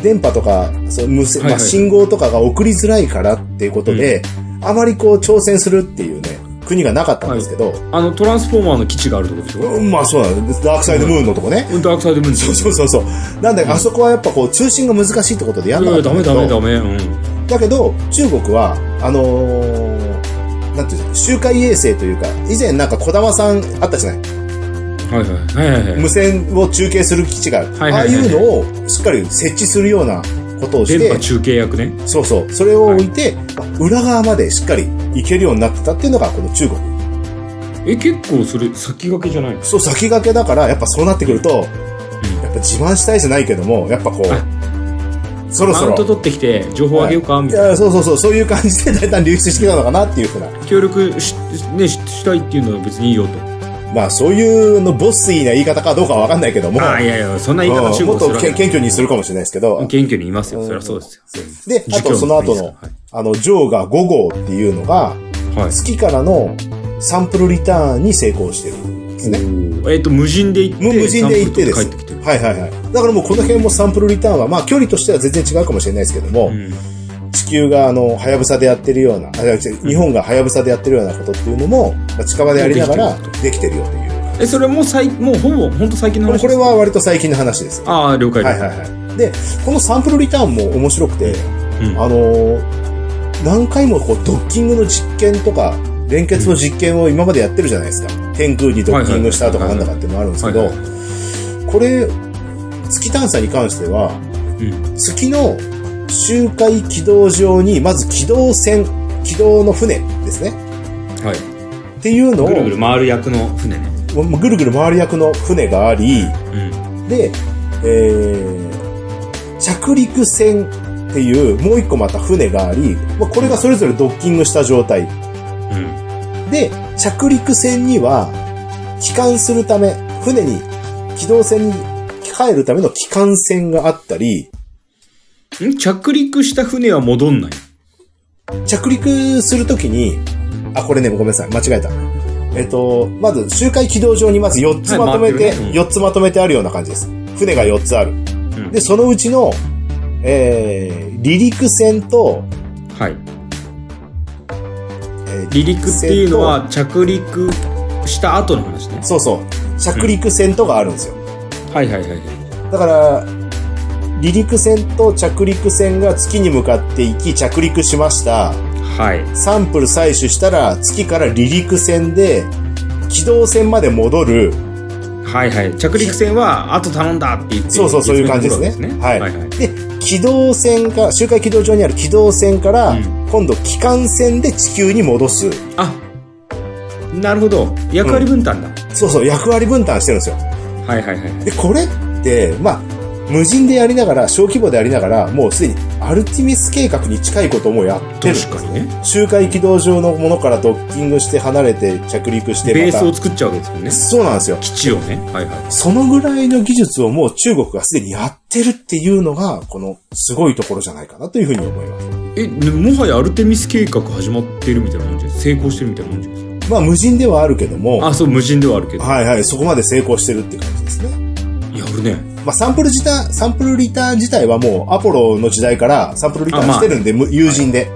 Speaker 3: 電波とか、そう無線
Speaker 2: はいはい
Speaker 3: まあ、信号とかが送りづらいからっていうことで、あまりこう挑戦するっていうね、国がなかったんですけど、
Speaker 2: んあの、トランスフォーマーの基地があるとこでしょ
Speaker 3: うんまあそうなんです。ダークサイドムーンのとこね。
Speaker 2: うん、ダークサイドムーン
Speaker 3: そう
Speaker 2: です
Speaker 3: そ
Speaker 2: よ
Speaker 3: うそうそう。なんで、あそこはやっぱこう、中心が難しいってことでやん
Speaker 2: い
Speaker 3: な
Speaker 2: やい
Speaker 3: か
Speaker 2: や
Speaker 3: った
Speaker 2: ダ
Speaker 3: んだ
Speaker 2: メ
Speaker 3: けど。
Speaker 2: ダメダメ。うん。
Speaker 3: だけど、中国は、あのーなんていうの周回衛星というか、以前なんか小玉さんあったじゃない
Speaker 2: はいはい。はいはいはい。
Speaker 3: 無線を中継する基地がある。
Speaker 2: はいはいはい
Speaker 3: ああいうのをしっかり設置するようなことをし
Speaker 2: 電波
Speaker 3: て、
Speaker 2: 中継役ね。
Speaker 3: そうそう、それを置いて、裏側までしっかり行けるようになってたっていうのがこの中国。
Speaker 2: え、結構それ、先駆けじゃないの
Speaker 3: そう、先駆けだから、やっぱそうなってくると、やっぱ自慢したいじゃないけども、やっぱこう、そろ
Speaker 2: マ
Speaker 3: そ
Speaker 2: ウン
Speaker 3: ろ
Speaker 2: ト。取ってきて、情報あげようか、み
Speaker 3: い
Speaker 2: たい
Speaker 3: や、そうそうそう、そういう感じでだんだん流出してきたのかなっていうふうな。
Speaker 2: な。協力し、ね、ししたいっていうのは別にいいよと。
Speaker 3: まあ、そういうのボスイな言い方かどうかはわかんないけども、
Speaker 2: ああ、いやいや、そんな言い方
Speaker 3: う
Speaker 2: 中
Speaker 3: んも
Speaker 2: 国
Speaker 3: っ
Speaker 2: する
Speaker 3: と
Speaker 2: わ
Speaker 3: け
Speaker 2: けない
Speaker 3: 謙虚にするかもしれないですけど、
Speaker 2: 謙虚にいますよ。
Speaker 3: うん
Speaker 2: そりゃそうですよ。
Speaker 3: で、あとその後の、あの、ジョーが5号っていうのが、
Speaker 2: はい。はい。
Speaker 3: 月からのサンプルリターンに成功してるんですね。
Speaker 2: おーえっと、無人で行って、
Speaker 3: もう無人で行ってで
Speaker 2: サ
Speaker 3: す
Speaker 2: ンプル取って帰ってきてる。
Speaker 3: はいはいはい。だからもうこの辺もサンプルリターンは、まあ距離としては全然違うかもしれないですけども、
Speaker 2: うん
Speaker 3: 地球があの、はやぶさでやってるような、あ、違う違う日本がはやぶさでやってるようなことっていうのも、まあ近場でやりながらできてるよっていう。
Speaker 2: え、それもう最、もうほぼ、ほんと最近の
Speaker 3: これ
Speaker 2: 話
Speaker 3: これは割と最近の話です。は
Speaker 2: ああ、了解
Speaker 3: い
Speaker 2: で
Speaker 3: はい
Speaker 2: す。
Speaker 3: はい。で、このサンプルリターンも面白くて、
Speaker 2: うん
Speaker 3: あのー何回もこうドッキングの実験とか、連結の実験を今までやってるじゃないですか。天空にドッキングしたとかなんだかっていうのもあるんですけ
Speaker 2: はい
Speaker 3: ど
Speaker 2: はいは、
Speaker 3: これ、月探査に関しては、
Speaker 2: うん
Speaker 3: 月の周回軌道上に、まず軌道船、軌道の船ですね。
Speaker 2: はい。
Speaker 3: っていうのを、
Speaker 2: ぐるぐる回る役の船ね。
Speaker 3: もうぐるぐる回る役の船があり、
Speaker 2: うん。
Speaker 3: で、えー、着陸船っていうもう一個また船があり、まあ、これがそれぞれドッキングした状態。
Speaker 2: うん。
Speaker 3: で、着陸船には、帰還するため、船に、機動船に帰るための帰還船があったり、
Speaker 2: ん着陸した船は戻んない。
Speaker 3: 着陸するときに、あ、これね、ごめんなさい、間違えた。えっと、まず、周回軌道上にまず4つまとめ
Speaker 2: はい
Speaker 3: て、
Speaker 2: 回ってるね
Speaker 3: 4つまとめてあるような感じです。船が4つある。
Speaker 2: うん
Speaker 3: で、そのうちの、えー、離陸船と、
Speaker 2: はい。
Speaker 3: えー
Speaker 2: 離陸っていうのは着陸した後の話ね。
Speaker 3: そうそう、着陸船とがあるんですよ。
Speaker 2: はいはいはいはい。
Speaker 3: だから、離陸船と着陸船が月に向かって行き、着陸しました。
Speaker 2: はい。
Speaker 3: サンプル採取したら、月から離陸船で機動船まで戻る、
Speaker 2: はいはい。着陸船は、あと頼んだって言って。
Speaker 3: そうそうそういう感じですね
Speaker 2: 月面登
Speaker 3: はい
Speaker 2: 録ですね
Speaker 3: で、機動船から、周回軌道上にある機動船から、
Speaker 2: うん
Speaker 3: 今度機関船で地球に戻す。
Speaker 2: あ、なるほど。役割分担だ。
Speaker 3: そうそう、役割分担してるんですよ。
Speaker 2: はいはいはい。
Speaker 3: で、これって、まあ、無人でやりながら、小規模でやりながら、もうすでにアルティミス計画に近いこともやってる。
Speaker 2: 確かにね。
Speaker 3: 周回軌道上のものからドッキングして離れて着陸して
Speaker 2: ベー
Speaker 3: ま
Speaker 2: ス
Speaker 3: た
Speaker 2: を作っちゃうわけですもんね。
Speaker 3: そうなんですよ。
Speaker 2: 基地をね。はいはい。
Speaker 3: そのぐらいの技術をもう中国がすでにやってるっていうのが、このすごいところじゃないかなというふうに思います。
Speaker 2: え、ねもはやアルテミス計画始まってるみたいなもんじゃない成功してるみたいなもんじゃないです
Speaker 3: まあ無人ではあるけども、
Speaker 2: か。
Speaker 3: は
Speaker 2: あ、そう、無人ではあるけど。
Speaker 3: いはい、そこまで成功してるって感じですね。
Speaker 2: やるね。
Speaker 3: まあサンプル自体、サンプルリターン自体はもうアポロの時代からサンプルリターンしてるんで、む友人で。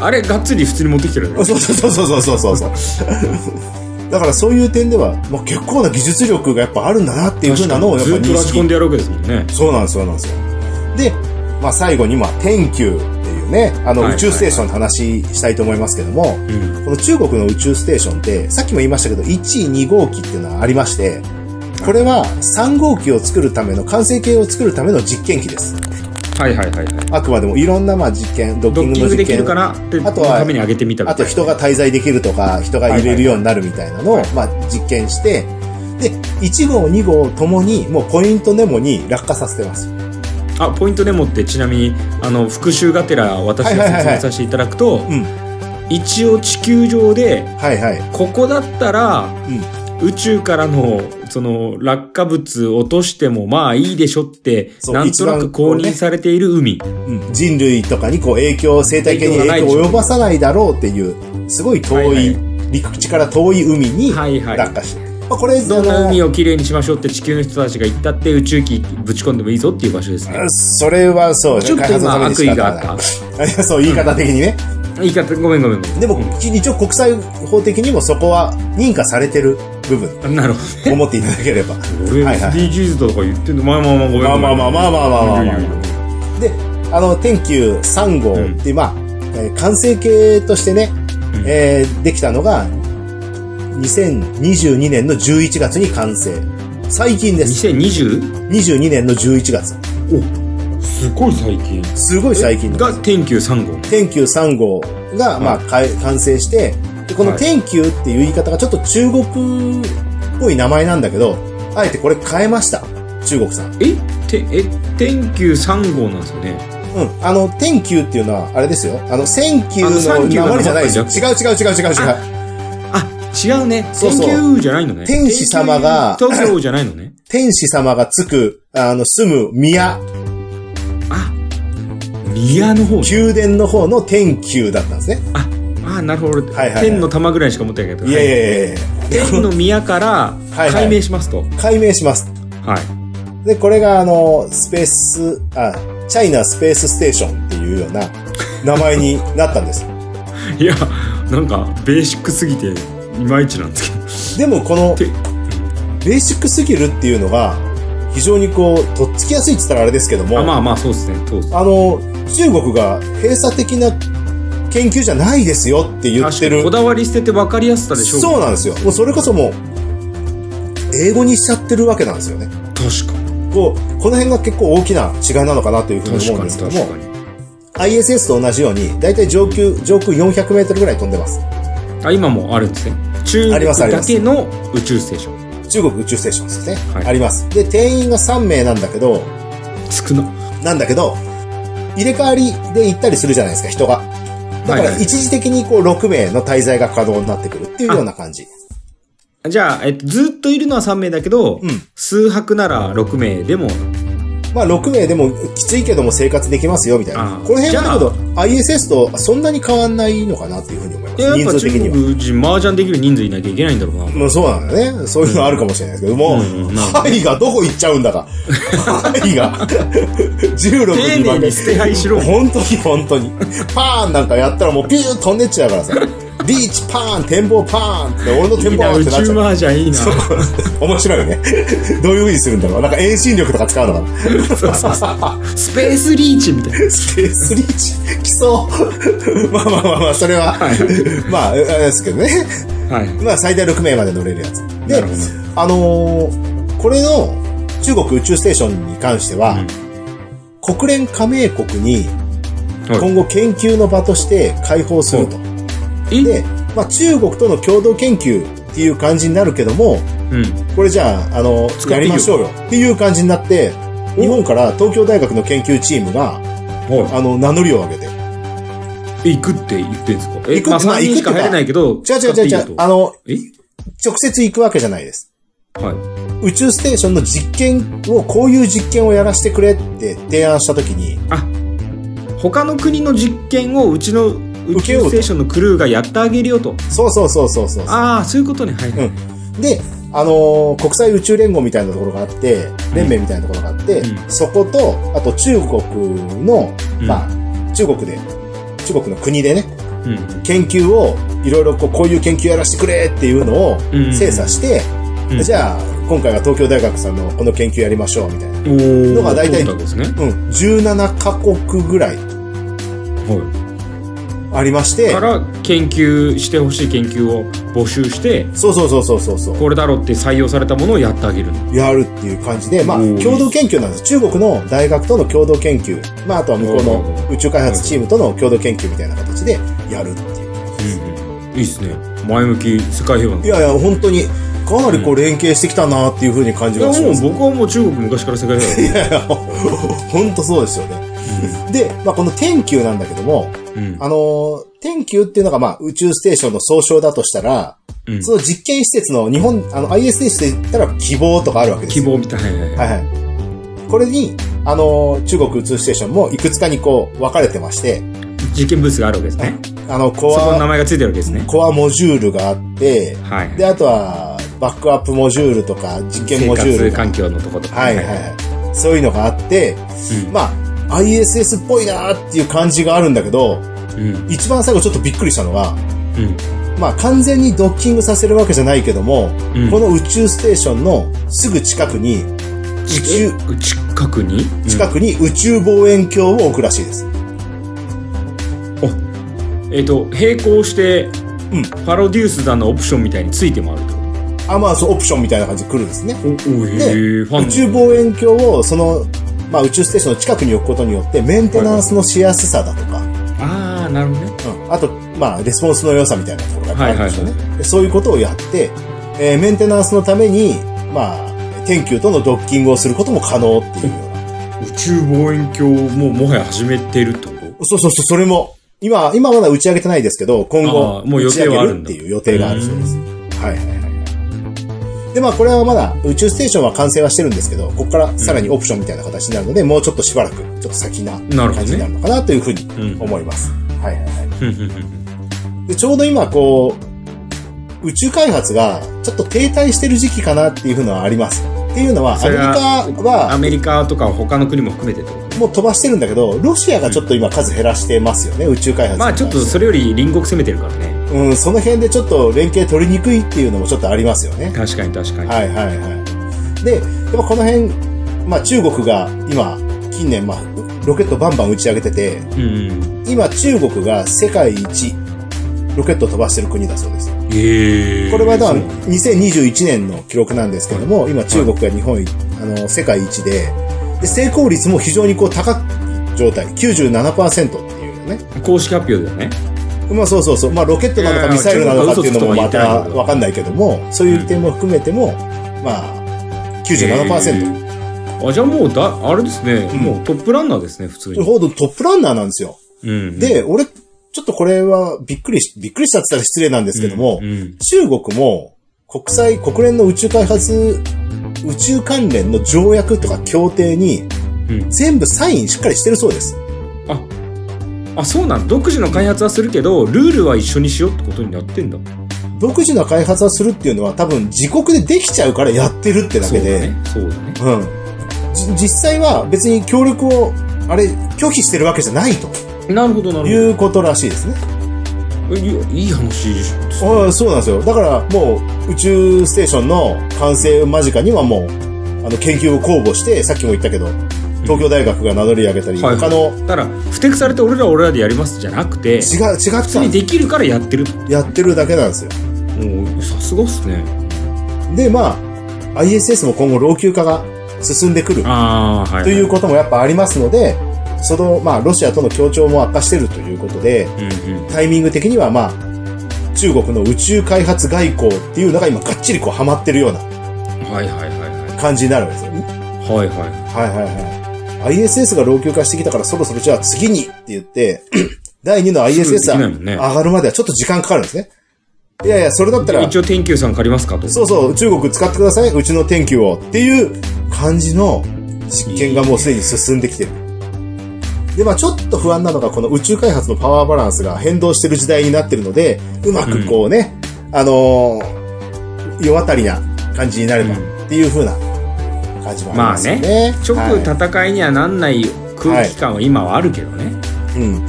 Speaker 2: あれ、がっつり普通に持ってきてるよ ね
Speaker 3: そうそうそうそうそうそうそう。だからそういう点では、まあ、結構な技術力がやっぱあるんだなっていうふうなのをやっぱ
Speaker 2: ずっと
Speaker 3: 認
Speaker 2: ラジコン
Speaker 3: 識。
Speaker 2: でやるわけですもんね。
Speaker 3: そうなんですよ、そうなんですよ。で、まあ最後に、まあ、天球っていうね、あの
Speaker 2: はい
Speaker 3: 宇宙ステーションの話したいと思いますけども、
Speaker 2: うん。
Speaker 3: この中国の宇宙ステーションって、さっきも言いましたけど、1、2号機っていうのはありまして、これは3号機を作るための、完成形を作るための実験機です。
Speaker 2: はいはいはいはい。
Speaker 3: あくまでもいろんなまあ実験、ドッ
Speaker 2: ド
Speaker 3: キング
Speaker 2: ッキ
Speaker 3: の
Speaker 2: ング
Speaker 3: 実
Speaker 2: できる
Speaker 3: 験
Speaker 2: か。なって、
Speaker 3: あと
Speaker 2: の
Speaker 3: は
Speaker 2: ために上げてみたみた
Speaker 3: あ
Speaker 2: いな
Speaker 3: と人が滞在できるとか、人が入れるようになるみたいなのを、
Speaker 2: はいはい
Speaker 3: まあ実験して、で、1号、2号ともに、もうポイントネモに落下させてます。
Speaker 2: あポイントデモってちなみにあの復習がてら私が
Speaker 3: はいはいはい
Speaker 2: 説
Speaker 3: は
Speaker 2: 明
Speaker 3: い
Speaker 2: させていただくと、
Speaker 3: うん
Speaker 2: 一応地球上で
Speaker 3: はいはい。
Speaker 2: ここだったら、宇宙からのその落下物落としてもまあいいでしょって
Speaker 3: そう
Speaker 2: なんとなく
Speaker 3: 一番こ
Speaker 2: 公
Speaker 3: うね
Speaker 2: 認されている海、
Speaker 3: うん人類とかにこう影響、生態系に影響を及ぼさないだろうっていう、すごい遠い、
Speaker 2: はいはい
Speaker 3: 陸地から遠い海に
Speaker 2: はいはい
Speaker 3: 落下して、まあ、これ、
Speaker 2: どん
Speaker 3: あ
Speaker 2: な
Speaker 3: の
Speaker 2: 海をきれいにしましょうって地球の人たちが言ったって宇宙機ぶち込んでもいいぞっていう場所ですね。
Speaker 3: それはそうね、
Speaker 2: ちょっと
Speaker 3: 開発のた
Speaker 2: 今
Speaker 3: めに
Speaker 2: 悪
Speaker 3: 仕
Speaker 2: 意
Speaker 3: 方
Speaker 2: があ
Speaker 3: ない
Speaker 2: っ
Speaker 3: そう、言い方的にね。
Speaker 2: た。言い方ごめんごめんごめん。
Speaker 3: でも、一応国際法的にもそこは認可されてる部分、
Speaker 2: うんなるほ
Speaker 3: 思っていただければ。
Speaker 2: ど。俺
Speaker 3: はいはい
Speaker 2: SDGs とか言ってんのまあまあまあごめんごめん。
Speaker 3: まあまあまあまあまあまあまあまあ
Speaker 2: いやいやいや
Speaker 3: で、あの、天球3号って、まあ、えー完成形としてね、
Speaker 2: うん
Speaker 3: えーできたのが、2022年の11月に完成。最近です。
Speaker 2: 2020?
Speaker 3: 22年の11月。
Speaker 2: おすごい最近
Speaker 3: すごい最近
Speaker 2: が天球3号
Speaker 3: 天球3号が、まあ、かい完成して、でこの
Speaker 2: はい
Speaker 3: 天球っていう言い方がちょっと中国っぽい名前なんだけど、あえてこれ変えました。中国さん。
Speaker 2: えてえ天球3号なんですよね
Speaker 3: うん。あの、天球っていうのは、あれですよ。あの、千球
Speaker 2: あの
Speaker 3: の
Speaker 2: 千球の
Speaker 3: 名りじゃないですよ。
Speaker 2: 名
Speaker 3: 違う違う違う違う違う。
Speaker 2: あ違うね
Speaker 3: そうそう
Speaker 2: 天球じゃないのね
Speaker 3: 天使様が
Speaker 2: 天球東京じゃないのね
Speaker 3: 天使様がつく、あの、住む宮、
Speaker 2: あ宮の方ね
Speaker 3: 宮殿の方の天宮だったんですね。
Speaker 2: ああなるほど、
Speaker 3: はいはいはい
Speaker 2: 天の玉ぐらいしか持ってないけど
Speaker 3: いやいやいやいや
Speaker 2: 天の宮から
Speaker 3: いはい
Speaker 2: 解明しますとはい、
Speaker 3: 解明します。で、これがあの、スペース、あ、チャイナスペースステーションっていうような名前になったんです。
Speaker 2: い、やなんかベーシックすぎていまいちなんですけど
Speaker 3: でもこの、
Speaker 2: て
Speaker 3: ベーシックすぎるっていうのが、非常にこう、とっつきやすいって言ったらあれですけども、
Speaker 2: あまあまあそうですねそうっす
Speaker 3: あの、中国が閉鎖的な研究じゃないですよって言っ
Speaker 2: 確か
Speaker 3: て
Speaker 2: に
Speaker 3: る
Speaker 2: こ。だわり捨てて分かりやすさでしょ
Speaker 3: そうなんですよ。もうそれこそもう、英語にしちゃってるわけなんですよね。
Speaker 2: 確かに
Speaker 3: こう、この辺が結構大きな違いなのかなというふうに
Speaker 2: 確
Speaker 3: 思う
Speaker 2: か
Speaker 3: ん
Speaker 2: に
Speaker 3: ですけど
Speaker 2: 確か
Speaker 3: も、
Speaker 2: に
Speaker 3: ISS と同じように、だいたい上空、上空400メートルぐらい飛んでます。
Speaker 2: あ今もあるんですね中
Speaker 3: あり
Speaker 2: 国
Speaker 3: ますあり
Speaker 2: だ
Speaker 3: ます
Speaker 2: けの宇宙ステーション
Speaker 3: 中国宇宙ステーションですね。
Speaker 2: はい
Speaker 3: あります。で、定員が3名なんだけど、
Speaker 2: 少な
Speaker 3: なんだけど、入れ替わりで行ったりするじゃないですか、人が。だか
Speaker 2: はいは
Speaker 3: ら
Speaker 2: い
Speaker 3: 一時的にこう6名の滞在が可能になってくるっていうような感じ。
Speaker 2: じゃあ、えっと、ずっといるのは3名だけど、
Speaker 3: うん
Speaker 2: 数泊なら6名でも
Speaker 3: まあ6名でもきついけども生活できますよみたいな
Speaker 2: あ。ー
Speaker 3: この辺はだけど
Speaker 2: じ
Speaker 3: ISS とそんなに変わんないのかなっていうふうに思いま
Speaker 2: い
Speaker 3: す。
Speaker 2: やや
Speaker 3: 人
Speaker 2: っぱ
Speaker 3: 数
Speaker 2: 中
Speaker 3: 的には。
Speaker 2: 国人麻雀できる人数いなきゃいけないんだろうな、
Speaker 3: まあそうなんだね。そういうのあるかもしれないですけども、
Speaker 2: うんうん
Speaker 3: 範囲がどこ行っちゃうんだか。範囲が。16
Speaker 2: 丁
Speaker 3: に
Speaker 2: 寧
Speaker 3: 分
Speaker 2: に
Speaker 3: け
Speaker 2: 捨て配しろ
Speaker 3: 本当に本当に。パーンなんかやったらもうピューッ飛んでっちゃうからさ。リーチパーン展望パーンって俺の
Speaker 2: い
Speaker 3: 展
Speaker 2: い
Speaker 3: 望
Speaker 2: な、
Speaker 3: ーンっ
Speaker 2: 宇
Speaker 3: てなっち
Speaker 2: 宙
Speaker 3: ゃう。
Speaker 2: マージャンいいな。
Speaker 3: 面白いよね。どういう風にするんだろう。なんか遠心力とか使うのかな。
Speaker 2: そうそうそう。スペースリーチみたいな。
Speaker 3: スペースリーチ、来そう。 まあまあまあまあ、それは、まあ、あれですけどね。
Speaker 2: はい。
Speaker 3: まあ、最大6名まで乗れるやつ。
Speaker 2: な
Speaker 3: で
Speaker 2: るほ、
Speaker 3: あのーこれの中国宇宙ステーションに関しては、国連加盟国に
Speaker 2: はい
Speaker 3: 今後研究の場として開放すると。
Speaker 2: え
Speaker 3: で、まあ、中国との共同研究っていう感じになるけども、
Speaker 2: ど。うん。
Speaker 3: これじゃあ、あの、
Speaker 2: 使っ
Speaker 3: や
Speaker 2: てい
Speaker 3: り
Speaker 2: いよ
Speaker 3: ましょうよっていう感じになって、
Speaker 2: お
Speaker 3: 日本から東京大学の研究チームが、
Speaker 2: は
Speaker 3: あの、名乗りを上げて。
Speaker 2: い。行くって言ってんですか
Speaker 3: 行くって
Speaker 2: まあ
Speaker 3: まあ
Speaker 2: 3人しか
Speaker 3: 行くって
Speaker 2: 入れないけ
Speaker 3: 違
Speaker 2: ど、
Speaker 3: う違う違う違う、あの、
Speaker 2: え
Speaker 3: 直接行くわけじゃないです。
Speaker 2: は
Speaker 3: 宇宙ステーションの実験を、こういう実験をやらせてくれって提案したときに、
Speaker 2: い。他の国の実験をうちの宇
Speaker 3: 受けよ
Speaker 2: 宙
Speaker 3: うと
Speaker 2: ステーションのクルーがやってあげるよと。
Speaker 3: そうそうそうそうそう。
Speaker 2: ああ、そういうことね。はい。
Speaker 3: んで、あのー国際宇宙連合みたいなところがあって、連盟みたいなところがあって、
Speaker 2: う
Speaker 3: そこと、あと中国の、
Speaker 2: うん
Speaker 3: まあ、中国で、中国の国でね、
Speaker 2: うん。
Speaker 3: 研究を、いろいろこうこういう研究やらせてくれっていうのを
Speaker 2: うん
Speaker 3: 精査して、
Speaker 2: うん
Speaker 3: じゃあ、今回は東京大学さんのこの研究やりましょうみたいな。
Speaker 2: おー。
Speaker 3: のが大体
Speaker 2: トータルですね。
Speaker 3: うん、17カ国ぐらい
Speaker 2: はい。
Speaker 3: ありまして
Speaker 2: か、ら研究してほしい研究を募集して
Speaker 3: そうそうそうそうそうそう。
Speaker 2: これだろうって採用されたものをやってあげる
Speaker 3: やるっていう感じで、まあ、
Speaker 2: うん
Speaker 3: 共同研究なんです。中国の大学との共同研究、まあ、あとは向こうの宇宙開発チームとの共同研究みたいな形でやるっていう。
Speaker 2: いいっすね前向き世界平和の
Speaker 3: いやいや、本当に、かなりこう連携してきたなっていうふうに感じがし
Speaker 2: いや
Speaker 3: ま
Speaker 2: もう
Speaker 3: す。
Speaker 2: 僕はもう中国昔から世界 平
Speaker 3: いやいや、本当そうですよね。で、まあ、この天球なんだけども、
Speaker 2: 和うん
Speaker 3: あのー天球っていうのがまあ、宇宙ステーションの総称だとしたら、
Speaker 2: うん
Speaker 3: その実験施設の日本、あの、ISS で言ったら希望とかあるわけです
Speaker 2: 希
Speaker 3: よ。
Speaker 2: 望みたいな
Speaker 3: はいはい。これに、あのー、中国宇宙ステーションもいくつかにこう分かれてまして、
Speaker 2: 実験ブースがあるわけですね
Speaker 3: あの、コ
Speaker 2: そこの名
Speaker 3: ア、
Speaker 2: 前がついてるわけですね
Speaker 3: コアモジュールがあって、
Speaker 2: はい
Speaker 3: で、あとは、バックアップモジュールとか、実験モジュー
Speaker 2: 生
Speaker 3: ル
Speaker 2: 活
Speaker 3: が。
Speaker 2: 環境のとことか
Speaker 3: はいはいはい。そういうのがあって、まあ、ISS っぽいなーっていう感じがあるんだけど、
Speaker 2: うんうん
Speaker 3: 一番最後ちょっとびっくりしたのは、
Speaker 2: うん
Speaker 3: まあ完全にドッキングさせるわけじゃないけども、
Speaker 2: うん
Speaker 3: この宇宙ステーションのすぐ近くに、宇宙、
Speaker 2: え近くに
Speaker 3: 近くに宇宙望遠鏡を置くらしいです。
Speaker 2: えっと並行して
Speaker 3: うん
Speaker 2: パロデュースだのオプションみたいについてもあるってこ
Speaker 3: あ、まあ、そう、オプションみたいな感じで来るんですね。
Speaker 2: とおおへえファン
Speaker 3: 宇宙望遠鏡を、その、まあ、宇宙ステーションの近くに置くことによって、メンテナンスのしやすさだとか、
Speaker 2: ああなるほどね
Speaker 3: うん、あと、まあ、レスポンスの良さみたいなところがあるんでしょうね。
Speaker 2: は
Speaker 3: でそういうことをやって、えーメンテナンスのために、まあ、天球とのドッキングをすることも可能っていうような。
Speaker 2: 宇宙望遠鏡をもうもはや始めてるってこと
Speaker 3: そうそうそう、それも、今、今まだ打ち上げてないですけど、今後
Speaker 2: あ、ーもう予定はあるんだ
Speaker 3: 打ち上げっていう予定があるそうです。はいはいはいはい。で、まあ、これはまだ、宇宙ステーションは完成はしてるんですけど、ここからさらにオプションみたいな形になるので、もうちょっとしばらく、ちょっと先な
Speaker 2: なるほどね
Speaker 3: 感じになるのかなというふうに
Speaker 2: うん
Speaker 3: 思います。はいはいは
Speaker 2: ふんふんふんふん
Speaker 3: い。で、ちょうど今、こう、宇宙開発が、ちょっと停滞してる時期かなっていうのはあります。っていうのは、ア
Speaker 2: そ
Speaker 3: メ
Speaker 2: れ
Speaker 3: リカ
Speaker 2: はア
Speaker 3: は、
Speaker 2: メリカとか他の国も含めてってことね
Speaker 3: もう飛ばしてるんだけど、ロシアがちょっと今数減らしてますよね、宇宙開発に
Speaker 2: まあ
Speaker 3: 関し
Speaker 2: ち
Speaker 3: て
Speaker 2: ょっとそれより隣国攻めてるからね
Speaker 3: うん、その辺でちょっと連携取りにくいっていうのもちょっとありますよね。
Speaker 2: 確かに確かに、
Speaker 3: はいはいはい。で、やっぱこの辺、まあ中国が今、近年、まあ、ロケットバンバン打ち上げてて、
Speaker 2: うん
Speaker 3: 今中国が世界一、ロケットを飛ばしてる国だそうです。
Speaker 2: ええ
Speaker 3: これはだから2021年の記録なんですけども、今中国が日本、あの、世界一で、で、成功率も非常にこう高い状態、97%っていうね。
Speaker 2: 公式発表だよね
Speaker 3: まあそうそうそう。まあロケットなの
Speaker 2: いや
Speaker 3: か
Speaker 2: いや
Speaker 3: ミサイルなのかっていうのも
Speaker 2: 中
Speaker 3: ま
Speaker 2: 国とか
Speaker 3: た
Speaker 2: 言ってないけど
Speaker 3: わかんないけども、そういう点も含めても、まあ、97%。
Speaker 2: ええあじゃあもうだあれですね、
Speaker 3: うん
Speaker 2: もうトップランナーですね普通に、
Speaker 3: ほどトップランナーなんですよ。
Speaker 2: うん、
Speaker 3: で、俺、ちょっとこれはびっくりし、びっくりしたって言ったら失礼なんですけども
Speaker 2: う、ん
Speaker 3: 中国も国際、国連の宇宙開発、宇宙関連の条約とか協定に
Speaker 2: うん
Speaker 3: 全部サインしっかりしてるそうです。
Speaker 2: あそうなん独自の開発はするけどルールは一緒にしようってことになってんだ
Speaker 3: 独自な開発をするっていうのは多分自国でできちゃうからやってるってだ
Speaker 2: そう
Speaker 3: け
Speaker 2: だ
Speaker 3: で、
Speaker 2: ねそうだね
Speaker 3: うん。じ実際は別に協力を、あれ、拒否してるわけじゃないと
Speaker 2: なるほどなるほど
Speaker 3: いうことらしいですね。
Speaker 2: えいやいい話です
Speaker 3: ああ、そうなんですよ。だから、もう、宇宙ステーションの完成間近にはもう、あの、研究を公募して、さっきも言ったけど、東京大学が名乗り上げたり、
Speaker 2: はい
Speaker 3: 他の、
Speaker 2: だから不適されて俺らは俺らでやりますじゃなくて
Speaker 3: 違う、違ったん
Speaker 2: 普通に
Speaker 3: で
Speaker 2: できるからやってる
Speaker 3: すやってるだけなんですよ。
Speaker 2: もうさすがっすね
Speaker 3: で、まあ、ISS も今後老朽化が進んでくる
Speaker 2: ああはい
Speaker 3: ということもやっぱありますので、その、まあ、ロシアとの協調も悪化してるということで、
Speaker 2: うんうん
Speaker 3: タイミング的にはまあ、中国の宇宙開発外交っていうのが今がっちりこうハマってるような
Speaker 2: はいはいはいは
Speaker 3: 感じになるわけですよ。
Speaker 2: いはいは
Speaker 3: はいはいはい。ISS が老朽化してきたからそろそろじゃあ次にって言って、 第2の
Speaker 2: い
Speaker 3: ISS
Speaker 2: すぐできない
Speaker 3: は
Speaker 2: もんね
Speaker 3: 上がるまではちょっと時間かかるんですね。いやいや、それだったら、
Speaker 2: 一応天球さん借りますかと
Speaker 3: そうそう、中国使ってください、うちの天気をっていう感じの実験がもうすでに進んできてる。で、まあちょっと不安なのが、この宇宙開発のパワーバランスが変動してる時代になってるので、うまくこうね、あのー、世渡りな感じになればっていう風な感じもありますよね。
Speaker 2: 直
Speaker 3: はい
Speaker 2: 戦いにはなんない空気感は今はあるけどね、
Speaker 3: うん。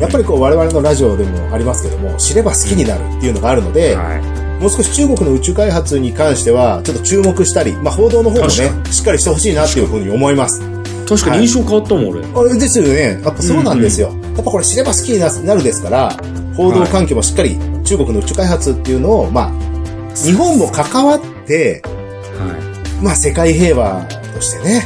Speaker 3: やっぱりこう我々のラジオでもありますけども、知れば好きになるっていうのがあるので、
Speaker 2: は
Speaker 3: もう少し中国の宇宙開発に関しては、ちょっと注目したり、まあ、報道の方もね、
Speaker 2: 確
Speaker 3: しっかりしてほしいなっていうふうに思います。
Speaker 2: い、確かに印象変わったもん、俺
Speaker 3: あれですよね。やっぱそうなんですよ。やっぱこれ知れば好きにななるですから、報道関係もしっかり中国の宇宙開発っていうのを、まあ、日本も関わって、
Speaker 2: は
Speaker 3: まあ、世界平和としてね、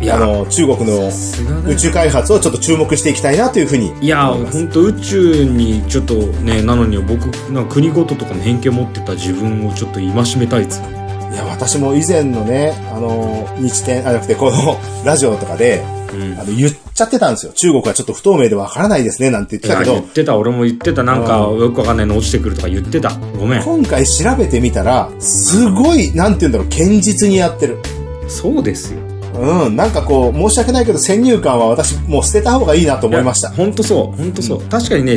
Speaker 2: いい
Speaker 3: あ
Speaker 2: や
Speaker 3: の、中国の
Speaker 2: さすがだ
Speaker 3: 宇
Speaker 2: よ
Speaker 3: 宙開発をちょっと注目していきたいなというふうに。
Speaker 2: いや
Speaker 3: 思います
Speaker 2: 本当宇宙にちょっとねなのに僕なんか国ごととかの偏見持ってた自分をちょっと戒めたいっすね
Speaker 3: いや、私も以前のね、あの、日展、あ、じゃなくて、この ラジオとかで、
Speaker 2: うん
Speaker 3: あの、言っちゃってたんですよ。中国はちょっと不透明でわからないですね、なんて言ってたけ
Speaker 2: いや言
Speaker 3: ど
Speaker 2: っ、てた俺も言ってたなんか
Speaker 3: う
Speaker 2: よくわかんないの落ちてくるとか言ってたごめん
Speaker 3: 今回調べてみたら、すごい、なんて言うんだろう、堅実にやってる。
Speaker 2: そうですよ
Speaker 3: うん、なんかこう、申し訳ないけど、先入観は私、もう捨てた方がいいなと思いました。
Speaker 2: 本当そう本当そう、
Speaker 3: う
Speaker 2: 確かにね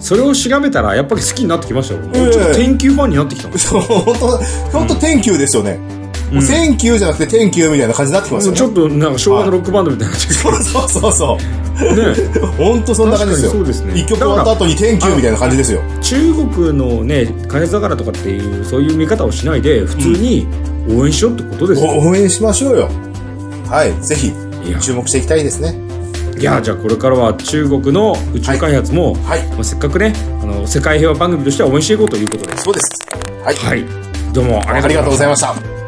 Speaker 2: それを調べたらやっぱり好きになってきましたよ、もう
Speaker 3: ええ
Speaker 2: ちょっと天球ファンになってきたもん、
Speaker 3: そう 本当本当天球ですよね。
Speaker 2: うん
Speaker 3: もう天球じゃなくて天球みたいな感じになってきます
Speaker 2: も
Speaker 3: よ
Speaker 2: う
Speaker 3: ね。
Speaker 2: ちょっとなんか昭和のロックバンドみたいな
Speaker 3: そうそうそうそう。
Speaker 2: 感じ、ね
Speaker 3: 本当そんな感じです
Speaker 2: 確かにそう
Speaker 3: よ。
Speaker 2: ですね
Speaker 3: 一曲終わった後に天球みたいな感じですよ。
Speaker 2: 中国のね開発だからとかっていうそういう見方をしないで普通に応援しようってことですよ、
Speaker 3: お応援しましょうよ。はい、ぜひ、
Speaker 2: いや
Speaker 3: 注目していきたいですね。
Speaker 2: いやじゃあこれからは中国の宇宙開発も、
Speaker 3: はい、
Speaker 2: まあ、せっかくねあの世界平和番組としては応援していこうということです
Speaker 3: そうです。はい。
Speaker 2: はいどうもありがとうございま
Speaker 3: あ
Speaker 2: す
Speaker 3: りがとうございました。